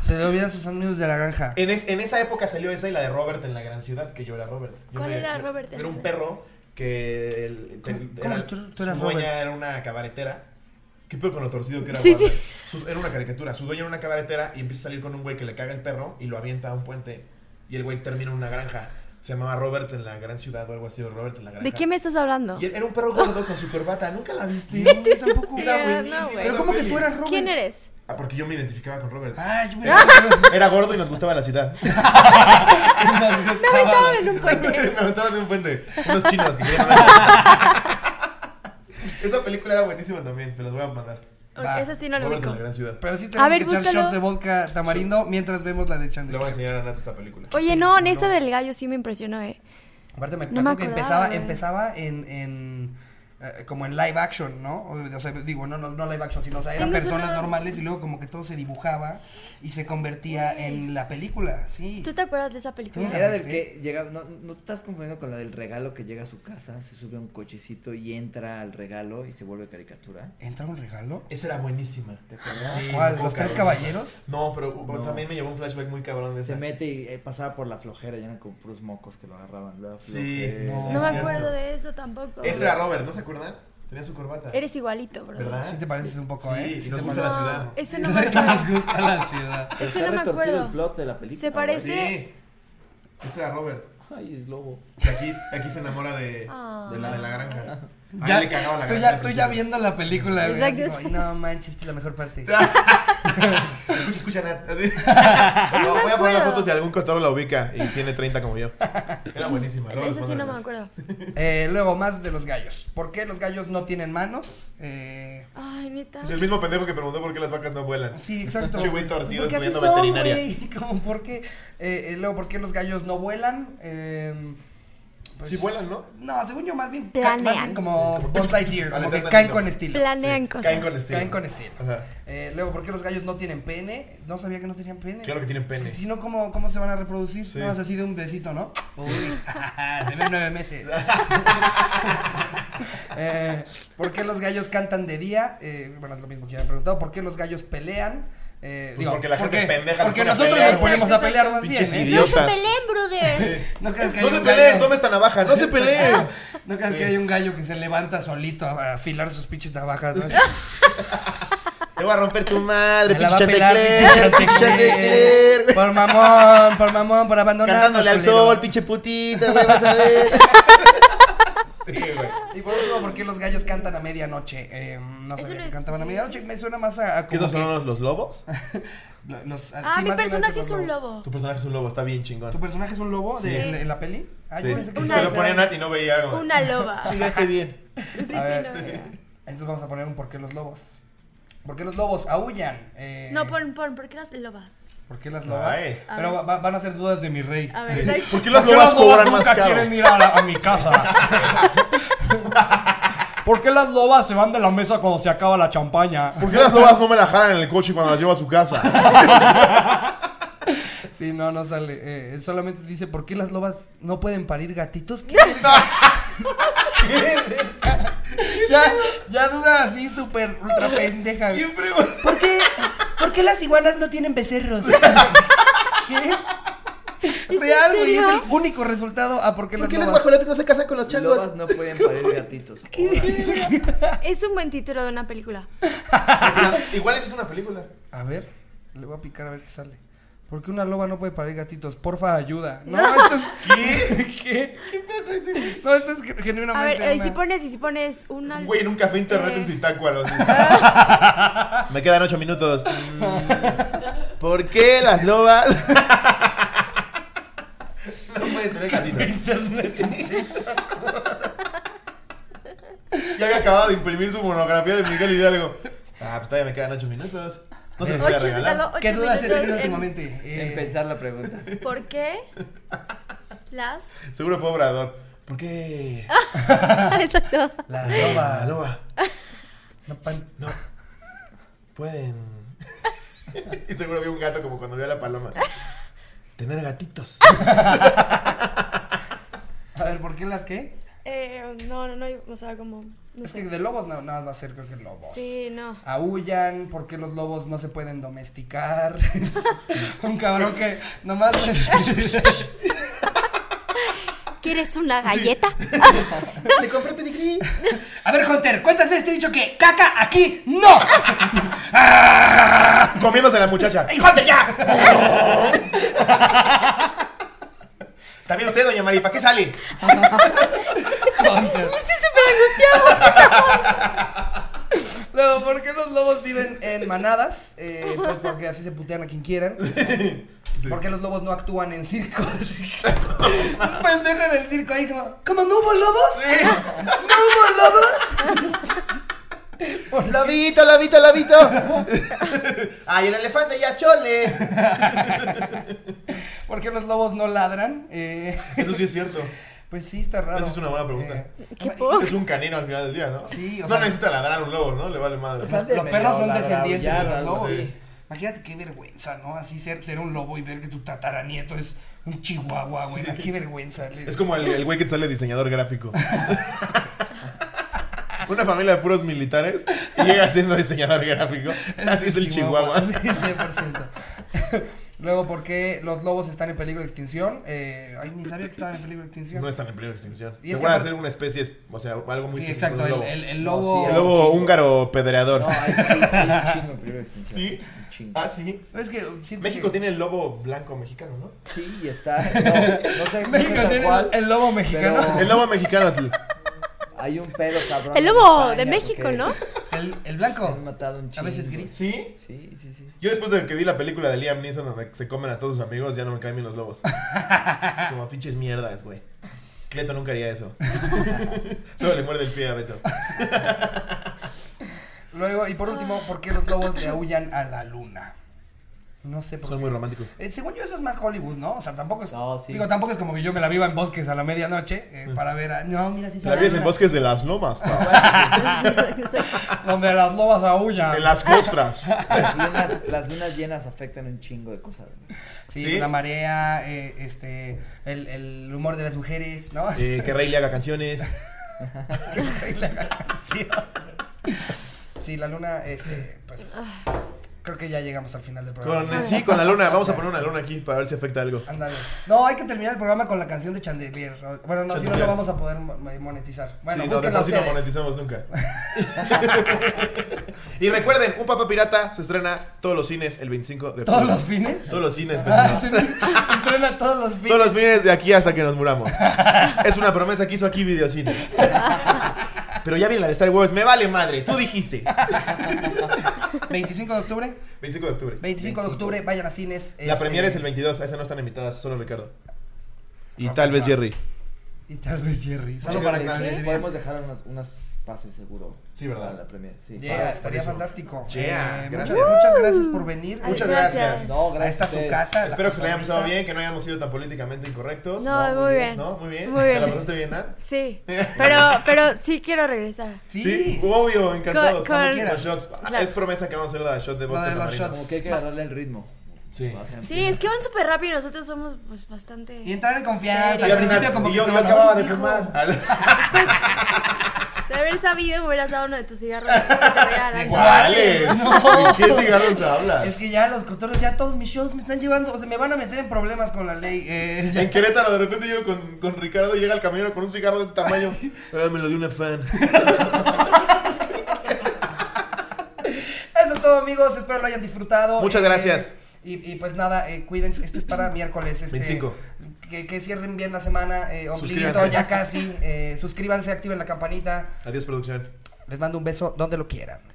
A: Se le olvidan sus amigos de la granja.
B: En, es- en esa época salió esa y la de Robert en la gran ciudad, que yo era Robert. Yo
D: ¿Cuál era Robert en
B: Era un
D: la-
B: perro que el,
A: ¿Cómo-
B: ten-
A: cómo
B: era-
A: tú- tú eras
B: su dueña
A: Robert?
B: era una cabaretera. ¿Qué pedo con lo torcido que era
D: Sí,
B: Robert? Su- era una caricatura. Su dueña era una cabaretera y empieza a salir con un güey que le caga el perro y lo avienta a un puente. Y el güey termina en una granja. Se llamaba Robert en la gran ciudad o algo así, o Robert en la granja.
D: ¿De qué me estás hablando?
B: Y era un perro gordo con su corbata. ¿Nunca la
D: *laughs*
B: viste?
A: No, yo tampoco.
D: Sí,
B: Era
D: no,
B: buenísima
D: güey.
A: Pero
B: esa
A: ¿cómo que
B: peli.
A: tú eras Robert?
D: ¿Quién eres?
B: Ah, porque yo me identificaba con Robert.
A: Ah,
D: *laughs*
A: yo me
B: Era gordo y nos gustaba la ciudad.
A: Ah,
D: Me aventaron en un
B: *laughs*
D: puente.
B: Me aventaron de un puente. Unos chinos que querían
D: *laughs*
B: hablar. Esa película era buenísima también, se las voy a mandar.
A: Va,
D: Eso sí no lo
B: Robert en
D: ubico.
B: la gran ciudad.
A: Pero sí tenemos
D: ver,
A: que echar
D: búscalo.
A: shots de vodka tamarindo mientras vemos la de
B: Le voy a
A: Chanticleer.
B: enseñar a Nat esta película.
D: Oye, no, en esa del gallo sí me impresionó, eh.
A: Aparte me
D: No me
A: acuerdo que
D: acordaba,
A: empezaba, empezaba
D: güey.
A: en, en eh, como en live action, ¿no? O sea, digo, no, no, no live action, sino, o sea, eran
D: Tengo
A: personas
D: solo-
A: normales y luego como que todo se dibujaba y se convertía en la película, sí.
D: ¿Tú te acuerdas de esa película?
A: Sí.
C: Era del que llegaba. No, no te estás confundiendo con la del regalo que llega a su casa, se sube a un cochecito y entra al regalo y se vuelve caricatura.
A: ¿Entra un regalo?
B: Esa era buenísima.
C: ¿Te acuerdas?
B: Sí,
A: ¿Cuál?
B: me
A: ¿Los
B: acuerdo,
A: tres
B: cabrón.
A: caballeros?
B: No, pero
C: No.
B: también me llevó un flashback muy cabrón de
C: Se
B: esa.
C: mete y eh, pasaba por la flojera, ya eran como puros mocos que lo agarraban. la
B: Sí,
C: flojera.
A: No.
D: No
B: sí,
D: me
B: es
D: acuerdo
B: cierto.
D: de eso tampoco.
B: Este era Robert, ¿no se acuerdan? Tenía su corbata.
D: Eres igualito, bro.
B: ¿Verdad?
A: Sí te pareces un poco,
B: Sí,
A: ¿eh?
B: y
A: Sí
B: nos
A: te
B: gusta
A: pareces.
B: la ciudad.
D: No, ese
A: *laughs*
D: no me acuerdo.
I: gusta la ciudad.
C: Pero
D: Ese
C: está
D: no me
C: retorcido
D: acuerdo.
C: el plot de la película.
D: Se
C: güey.
D: parece-
B: Sí. Este era Robert.
C: Ay, es lobo.
B: Y aquí, aquí se enamora de,
D: Ah.
B: de la de la granja. A
A: Ya,
B: él le cagaba la
A: tú,
B: granja
A: ya,
B: al
A: tú ya
B: principio.
A: viendo la película, güey, así
D: Exacto.
A: como, no manches, esta es la mejor
D: *laughs*
A: parte.
B: Escucha, escucha, Nat. Así.
D: *laughs*
B: No, voy a poner la
D: acuerdo.
B: foto si algún cotorro la ubica y tiene 30 como yo. Era buenísima. luego les
D: Ese sí
B: mando
D: no me
B: las-
D: acuerdo.
A: Eh, luego, más de los gallos. ¿Por qué los gallos no tienen manos? Eh,
D: Ay, neta.
B: Es el mismo pendejo que preguntó por qué las vacas no vuelan.
A: sí,
B: *laughs*
A: exacto.
B: Pinche güey torcido
A: Porque así
B: estudiando
A: son,
B: veterinaria.
A: güey. Como, ¿por qué? Eh, eh, luego, ¿por qué los gallos no vuelan? Eh, pues-
B: Sí vuelan, ¿no?
A: No, según yo, más bien, ca-
D: Planean.
A: más bien
B: *laughs*
A: como
B: Como-
A: Buzz Lightyear, como que
B: Alentando.
A: caen con estilo.
D: Planean
B: Sí,
D: cosas.
B: Caen con estilo.
A: Caen con estilo.
B: pues, Ajá.
A: Eh, luego, ¿por qué los gallos no tienen pene? No sabía que no tenían pene.
B: Claro que tienen pene.
A: Si, si no, ¿cómo, ¿cómo se van a reproducir?
B: Sí.
A: Nada más así de un besito, ¿no?
B: *laughs*
A: Uy, *laughs* te ven nueve meses. Eh, ¿Por qué los gallos cantan de día? Eh, bueno, es lo mismo que ya me han preguntado. ¿Por qué los gallos pelean? Eh,
B: Pues porque la gente pendeja los
A: Porque
B: pone a
A: nosotros
B: pelear,
A: nos ponemos a
D: güey.
A: pelear más bien,
B: Pinches
A: ¿eh?
B: idiotas.
D: se peleen, brother.
A: No creas que
B: No
A: hay
B: se
A: un
B: peleen,
A: gallo-
B: toma esta navaja, *laughs*
A: *laughs*
B: no se peleen.
A: No creas que hay un gallo que se levanta solito a afilar sus pinches navajas.
B: *laughs*
A: ¿no?
B: Te voy a romper tu madre, *laughs*
A: Me la va a
B: pinche
A: pelar, pinche
B: Chantecler, pinche
A: Chantecler.
B: Chantecler.
A: Por mamón, por mamón, por abandonar.
B: Cantándole al sol, pinche putita, güey, vas a ver. *laughs* Sí, güey.
A: Y por último, ¿por qué los gallos cantan a medianoche? Eh, no
D: Eso
A: sabía
D: no
A: que
D: es-
A: cantaban a
D: sí.
A: medianoche. Me suena más a, a
B: ¿Qué
A: como
B: esos
A: que
B: son los, los lobos?
A: lo- los- ah,
D: Ah,
A: sí,
D: mi
A: más de una vez
D: personaje
A: son
D: es un
A: lobos.
D: lobo.
B: Tu personaje es un lobo, está bien chingón.
A: ¿Tu personaje es un lobo de-
D: Sí.
A: en, en la peli? Ah,
B: Sí.
A: yo pensé que
D: Una-
B: Se lo
A: ustedes
B: ponía
A: eran-
B: Nat y no veía algo.
D: Una loba.
B: *laughs* Sí, ya estoy bien.
D: Sí, sí,
A: A ver.
D: no. veo.
A: Entonces vamos a poner un ¿por qué los lobos? ¿Por qué los lobos aullan? Eh,
D: No, pon, pon, ¿por qué las lobas?
A: ¿Por qué las lobas?
B: Ay.
A: Pero va- va- van a ser dudas de mi rey.
D: A ver, dai-
B: ¿Por qué las
F: ¿Por qué
B: lobas cobran
F: nunca
B: más caro?
F: quieren ir a, la- a mi casa? *laughs* ¿Por qué las lobas se van de la mesa cuando se acaba la champaña?
B: ¿Por qué las lobas no me la jalan en el coche cuando las llevo a su casa?
A: Sí, no, no sale. Eh, él solamente dice, ¿por qué las lobas no pueden parir gatitos?
F: *laughs*
A: ¿Qué? ya, ya duda así súper ultra pendeja. güey. ¿Por qué? ¿Por qué las iguanas no tienen
F: *laughs*
A: becerros? ¿Qué?
D: en
A: Real, güey, es
D: serio?
A: el único resultado a por qué
J: ¿Por
A: las
J: qué los
A: lobas.
J: guajolotes no se casan con los changos?
K: Lobas no pueden parir
B: *laughs*
K: gatitos.
D: es un buen título de una película.
B: *laughs* Igual esa es una película.
A: A ver, le voy a picar a ver qué sale. ¿Por qué una loba no puede parir gatitos? Porfa,
D: *laughs*
A: ayuda. No, esto es. ¿Qué? ¿Qué? No, esto es ge-
D: A
A: genuinamente.
D: ver, eh,
A: una-
D: si pones, y si pones una.
B: Güey, en un café internet
D: Eh.
B: en Zitácuaro. así. *laughs* Me quedan ocho minutos. Mm, ¿Por qué las lobas? *laughs* no pueden tener *laughs* casitas. ya había acabado de imprimir su monografía de Miguel Hidalgo. Ah, pues todavía me quedan ocho minutos. No se los voy a
D: Ocho, se tardó
B: regalar.
D: ocho
A: ¿Qué dudas he
D: minutos
A: tenido
D: en-
A: últimamente? Eh,
K: Empezar la pregunta.
D: ¿Por qué? Las.
B: Seguro fue obrador. ¿Por qué?
D: *laughs* Exacto.
B: *laughs*
A: Las
B: La
A: lobas.
B: loba.
A: no pan-
B: No. Pueden. *laughs* y seguro vio un gato como cuando vio a la paloma.
A: *laughs*
B: Tener gatitos.
A: A ver, ¿por qué las qué?
D: Eh, no, no, no, o sea, como. No
A: es que
D: sé.
A: de lobos no, nada más va a ser creo que lobos.
D: Sí, no.
A: Aullan, ¿por qué los lobos no se pueden domesticar? *laughs* Un cabrón que nomás.
D: *laughs* ¿Quieres una *laughs* galleta?
J: Te compré pedigrí.
A: a ver, Hunter, ¿cuántas veces te he dicho que caca aquí
D: *laughs*
A: no?
B: Ah, Comiéndose a
A: *laughs*
B: la muchacha.
E: ¡Híjate ya!
B: *laughs* También usted, doña Mari, ¿para qué sale?
A: Luego, ¿por qué los lobos viven en manadas? Eh, pues porque así se putean a quien quieran. ¿Por qué los lobos no actúan en *laughs* circos? Un pendejo en el circo ahí como, ¿cómo no hubo lobos? ¿No hubo lobos?
J: Lobito, lobito, lobito.
B: *laughs* ¡Ay, el elefante ya chole!
A: ¿Por qué los lobos no ladran? Eh,
B: Eso sí es cierto.
A: pues sí, está raro. Eh,
B: Esa es una buena pregunta.
D: ¿Qué puedo?
B: Es un canino al final del día, ¿no?
A: Sí, o
B: No
A: sea-
B: necesita ladrar un lobo, ¿no? Le vale madre.
A: O sea, los
K: medio
A: perros son
K: ladrar,
A: descendientes de los
K: aullar,
A: lobos.
B: algo así.
A: Imagínate qué vergüenza, ¿no? Así ser, ser un lobo y ver que tu tataranieto es un chihuahua, güey. Qué vergüenza.
B: Es
A: *laughs*
B: como el, el güey que te sale diseñador gráfico. Una familia de puros militares y llega siendo diseñador gráfico. Así es el chihuahua.
A: Sí, 100%. *laughs* Luego, ¿por qué los lobos están en peligro de extinción? Eh, ay, ni sabía que estaban en peligro de extinción.
B: No están en peligro de extinción.
A: Y es
B: Se
A: que
B: van a
A: aparte-
B: hacer una especie, o sea, algo muy
A: sí, exacto.
B: específico del
A: El,
B: lobo.
A: el- el lobo.
K: No,
B: El lobo húngaro pedreador.
K: No, hay, hay- hay un chingo en peligro de extinción.
B: *laughs* ¿Sí?
K: Un chingo.
B: Ah, sí.
A: Es que siento
B: México
A: que-
B: tiene el lobo blanco mexicano, ¿no?
K: Sí, y está.
B: *laughs*
K: No, no sé, no sé
A: México
K: tal
A: tiene
K: cual,
A: el, el lobo mexicano.
K: pero
B: El lobo
A: *laughs*
B: mexicano. tl.
K: Hay un pedo cabrón. en
D: El lobo de
K: España
D: México,
K: porque
D: ¿no?
A: El, el
K: se han
A: blanco.
K: matado un
A: A veces
K: chingo.
A: gris.
B: ¿Sí?
K: Sí, sí, sí.
B: Yo después de que vi la película de Liam Neeson donde se comen a todos sus amigos, ya no me caen bien
A: *laughs*
B: los lobos. Como pinches mierdas, güey. Cleto nunca haría eso. *laughs* Solo le muerde el pie a Beto.
A: Luego, y por último, ¿por qué los lobos le aullan a la luna? No sé por
B: Son
A: qué.
B: muy románticos.
A: Eh, según yo eso es más Hollywood, ¿no? O sea, tampoco es...
K: No, sí.
A: Digo, tampoco es como que yo me la viva en bosques a la medianoche eh,
B: Mm.
A: para ver a... No, mira, sí
B: La
A: sale
B: vives
A: la
B: en
A: luna.
B: bosques de las lomas, pa. *laughs*
F: Donde las lobas aullan.
B: en las costras.
K: Las lunas, las lunas llenas afectan un chingo de cosas. güey.
A: Sí, pues
B: ¿Sí?
A: la marea, eh, este, el, el humor de las mujeres, ¿no? *laughs*
B: Eh, que Rey le haga canciones.
A: Sí, la luna, este, pues... Creo que ya llegamos al final del programa.
B: Con, sí, con la luna. Vamos a poner una luna aquí para ver si afecta algo.
A: Ándale. No, hay que terminar el programa con la canción de Chandelier. Bueno, no, si no
B: Chandelier.
A: lo vamos a poder mo- monetizar. Bueno,
B: sí, no, de
A: búsquenla
B: por sí no
A: ustedes.
B: monetizamos
A: *laughs*
B: nunca. y recuerden, Un Papá Pirata se estrena todos los cines el 25 de
A: ¿Todos
B: julio.
A: los fines?
B: Todos los cines,
A: *laughs* Ah,
B: pendejo.
A: se estrena todos los fines.
B: Todos los fines de aquí hasta que
A: *laughs*
B: nos muramos. Es una promesa que hizo aquí Videocine. Pero ya viene la de Star Wars. Me vale madre, tú dijiste.
A: 25 de octubre.
B: 25 de octubre.
A: 25 de octubre, vayan a cines.
B: La
A: este,
B: premiere es el 22, a esa no están invitadas, solo Ricardo. Y tal vez Jerry.
A: Y tal vez Jerry.
B: Solo para
K: Creo que
B: aclarar.
K: sí, Podemos dejar unas, unas pases seguro.
B: Sí, ¿verdad?
K: Para la Premier. Sí.
A: Yeah,
B: Para-
A: estaría
B: Ah, por eso.
A: fantástico. Eh,
B: Yeah,
A: muchas-
B: gracias.
A: Muchas, gracias por venir.
B: Muchas
D: gracias.
B: gracias.
K: No,
A: Ahí
K: gracias.
A: está su
K: a ustedes.
A: casa.
B: Espero que se le haya pasado
A: cotorriza.
B: bien, que no hayamos sido tan políticamente incorrectos.
D: No, muy bien.
B: ¿No? Muy bien.
D: Muy
B: ¿Te la
D: bien.
B: pasaste bien, Nat?
D: Sí, pero, pero sí quiero regresar.
A: Sí.
B: obvio, encantados.
D: Con- con-
B: Los
A: quieras.
B: shots. Ah,
D: Claro.
B: Es promesa que vamos a hacer la shot de
A: La
B: vodka.
A: de los
B: tamarindo.
A: shots.
K: Como que hay que agarrarle el ritmo.
B: Sí.
K: O sea,
D: Sí, es que van súper rápido y nosotros somos pues bastante...
A: Y entrar en confianza.
B: Y
A: Al
B: al final,
A: principio como
B: y
A: que
B: yo, yo
A: estaban,
B: acababa
A: "Ay,
B: de
A: hijo".
B: fumar.
D: De haber sabido me hubieras dado uno de tus cigarros que te regalan.
A: *laughs*
B: ¿Cuáles? ¿De qué cigarros hablas?
A: Es que ya los cotorros, ya todos mis shows me están llevando, o sea, me van a meter en problemas con la ley.
B: *laughs*
A: eh, ya.
B: En Querétaro, de repente yo con, con Ricardo llega el camionero con un cigarro de este tamaño. Ah, me lo dio una fan.
A: Eso es todo, amigos. Espero lo hayan disfrutado. eh,
B: Muchas gracias.
A: Y, y pues nada, eh, cuídense. Este es para miércoles. Este,
B: 25.
A: Que, que cierren bien la semana. Eh, ombliguito,
B: Suscríbanse.
A: ya casi. eh, suscríbanse, activen la campanita.
B: Adiós, producción.
A: Les mando un beso donde lo quieran.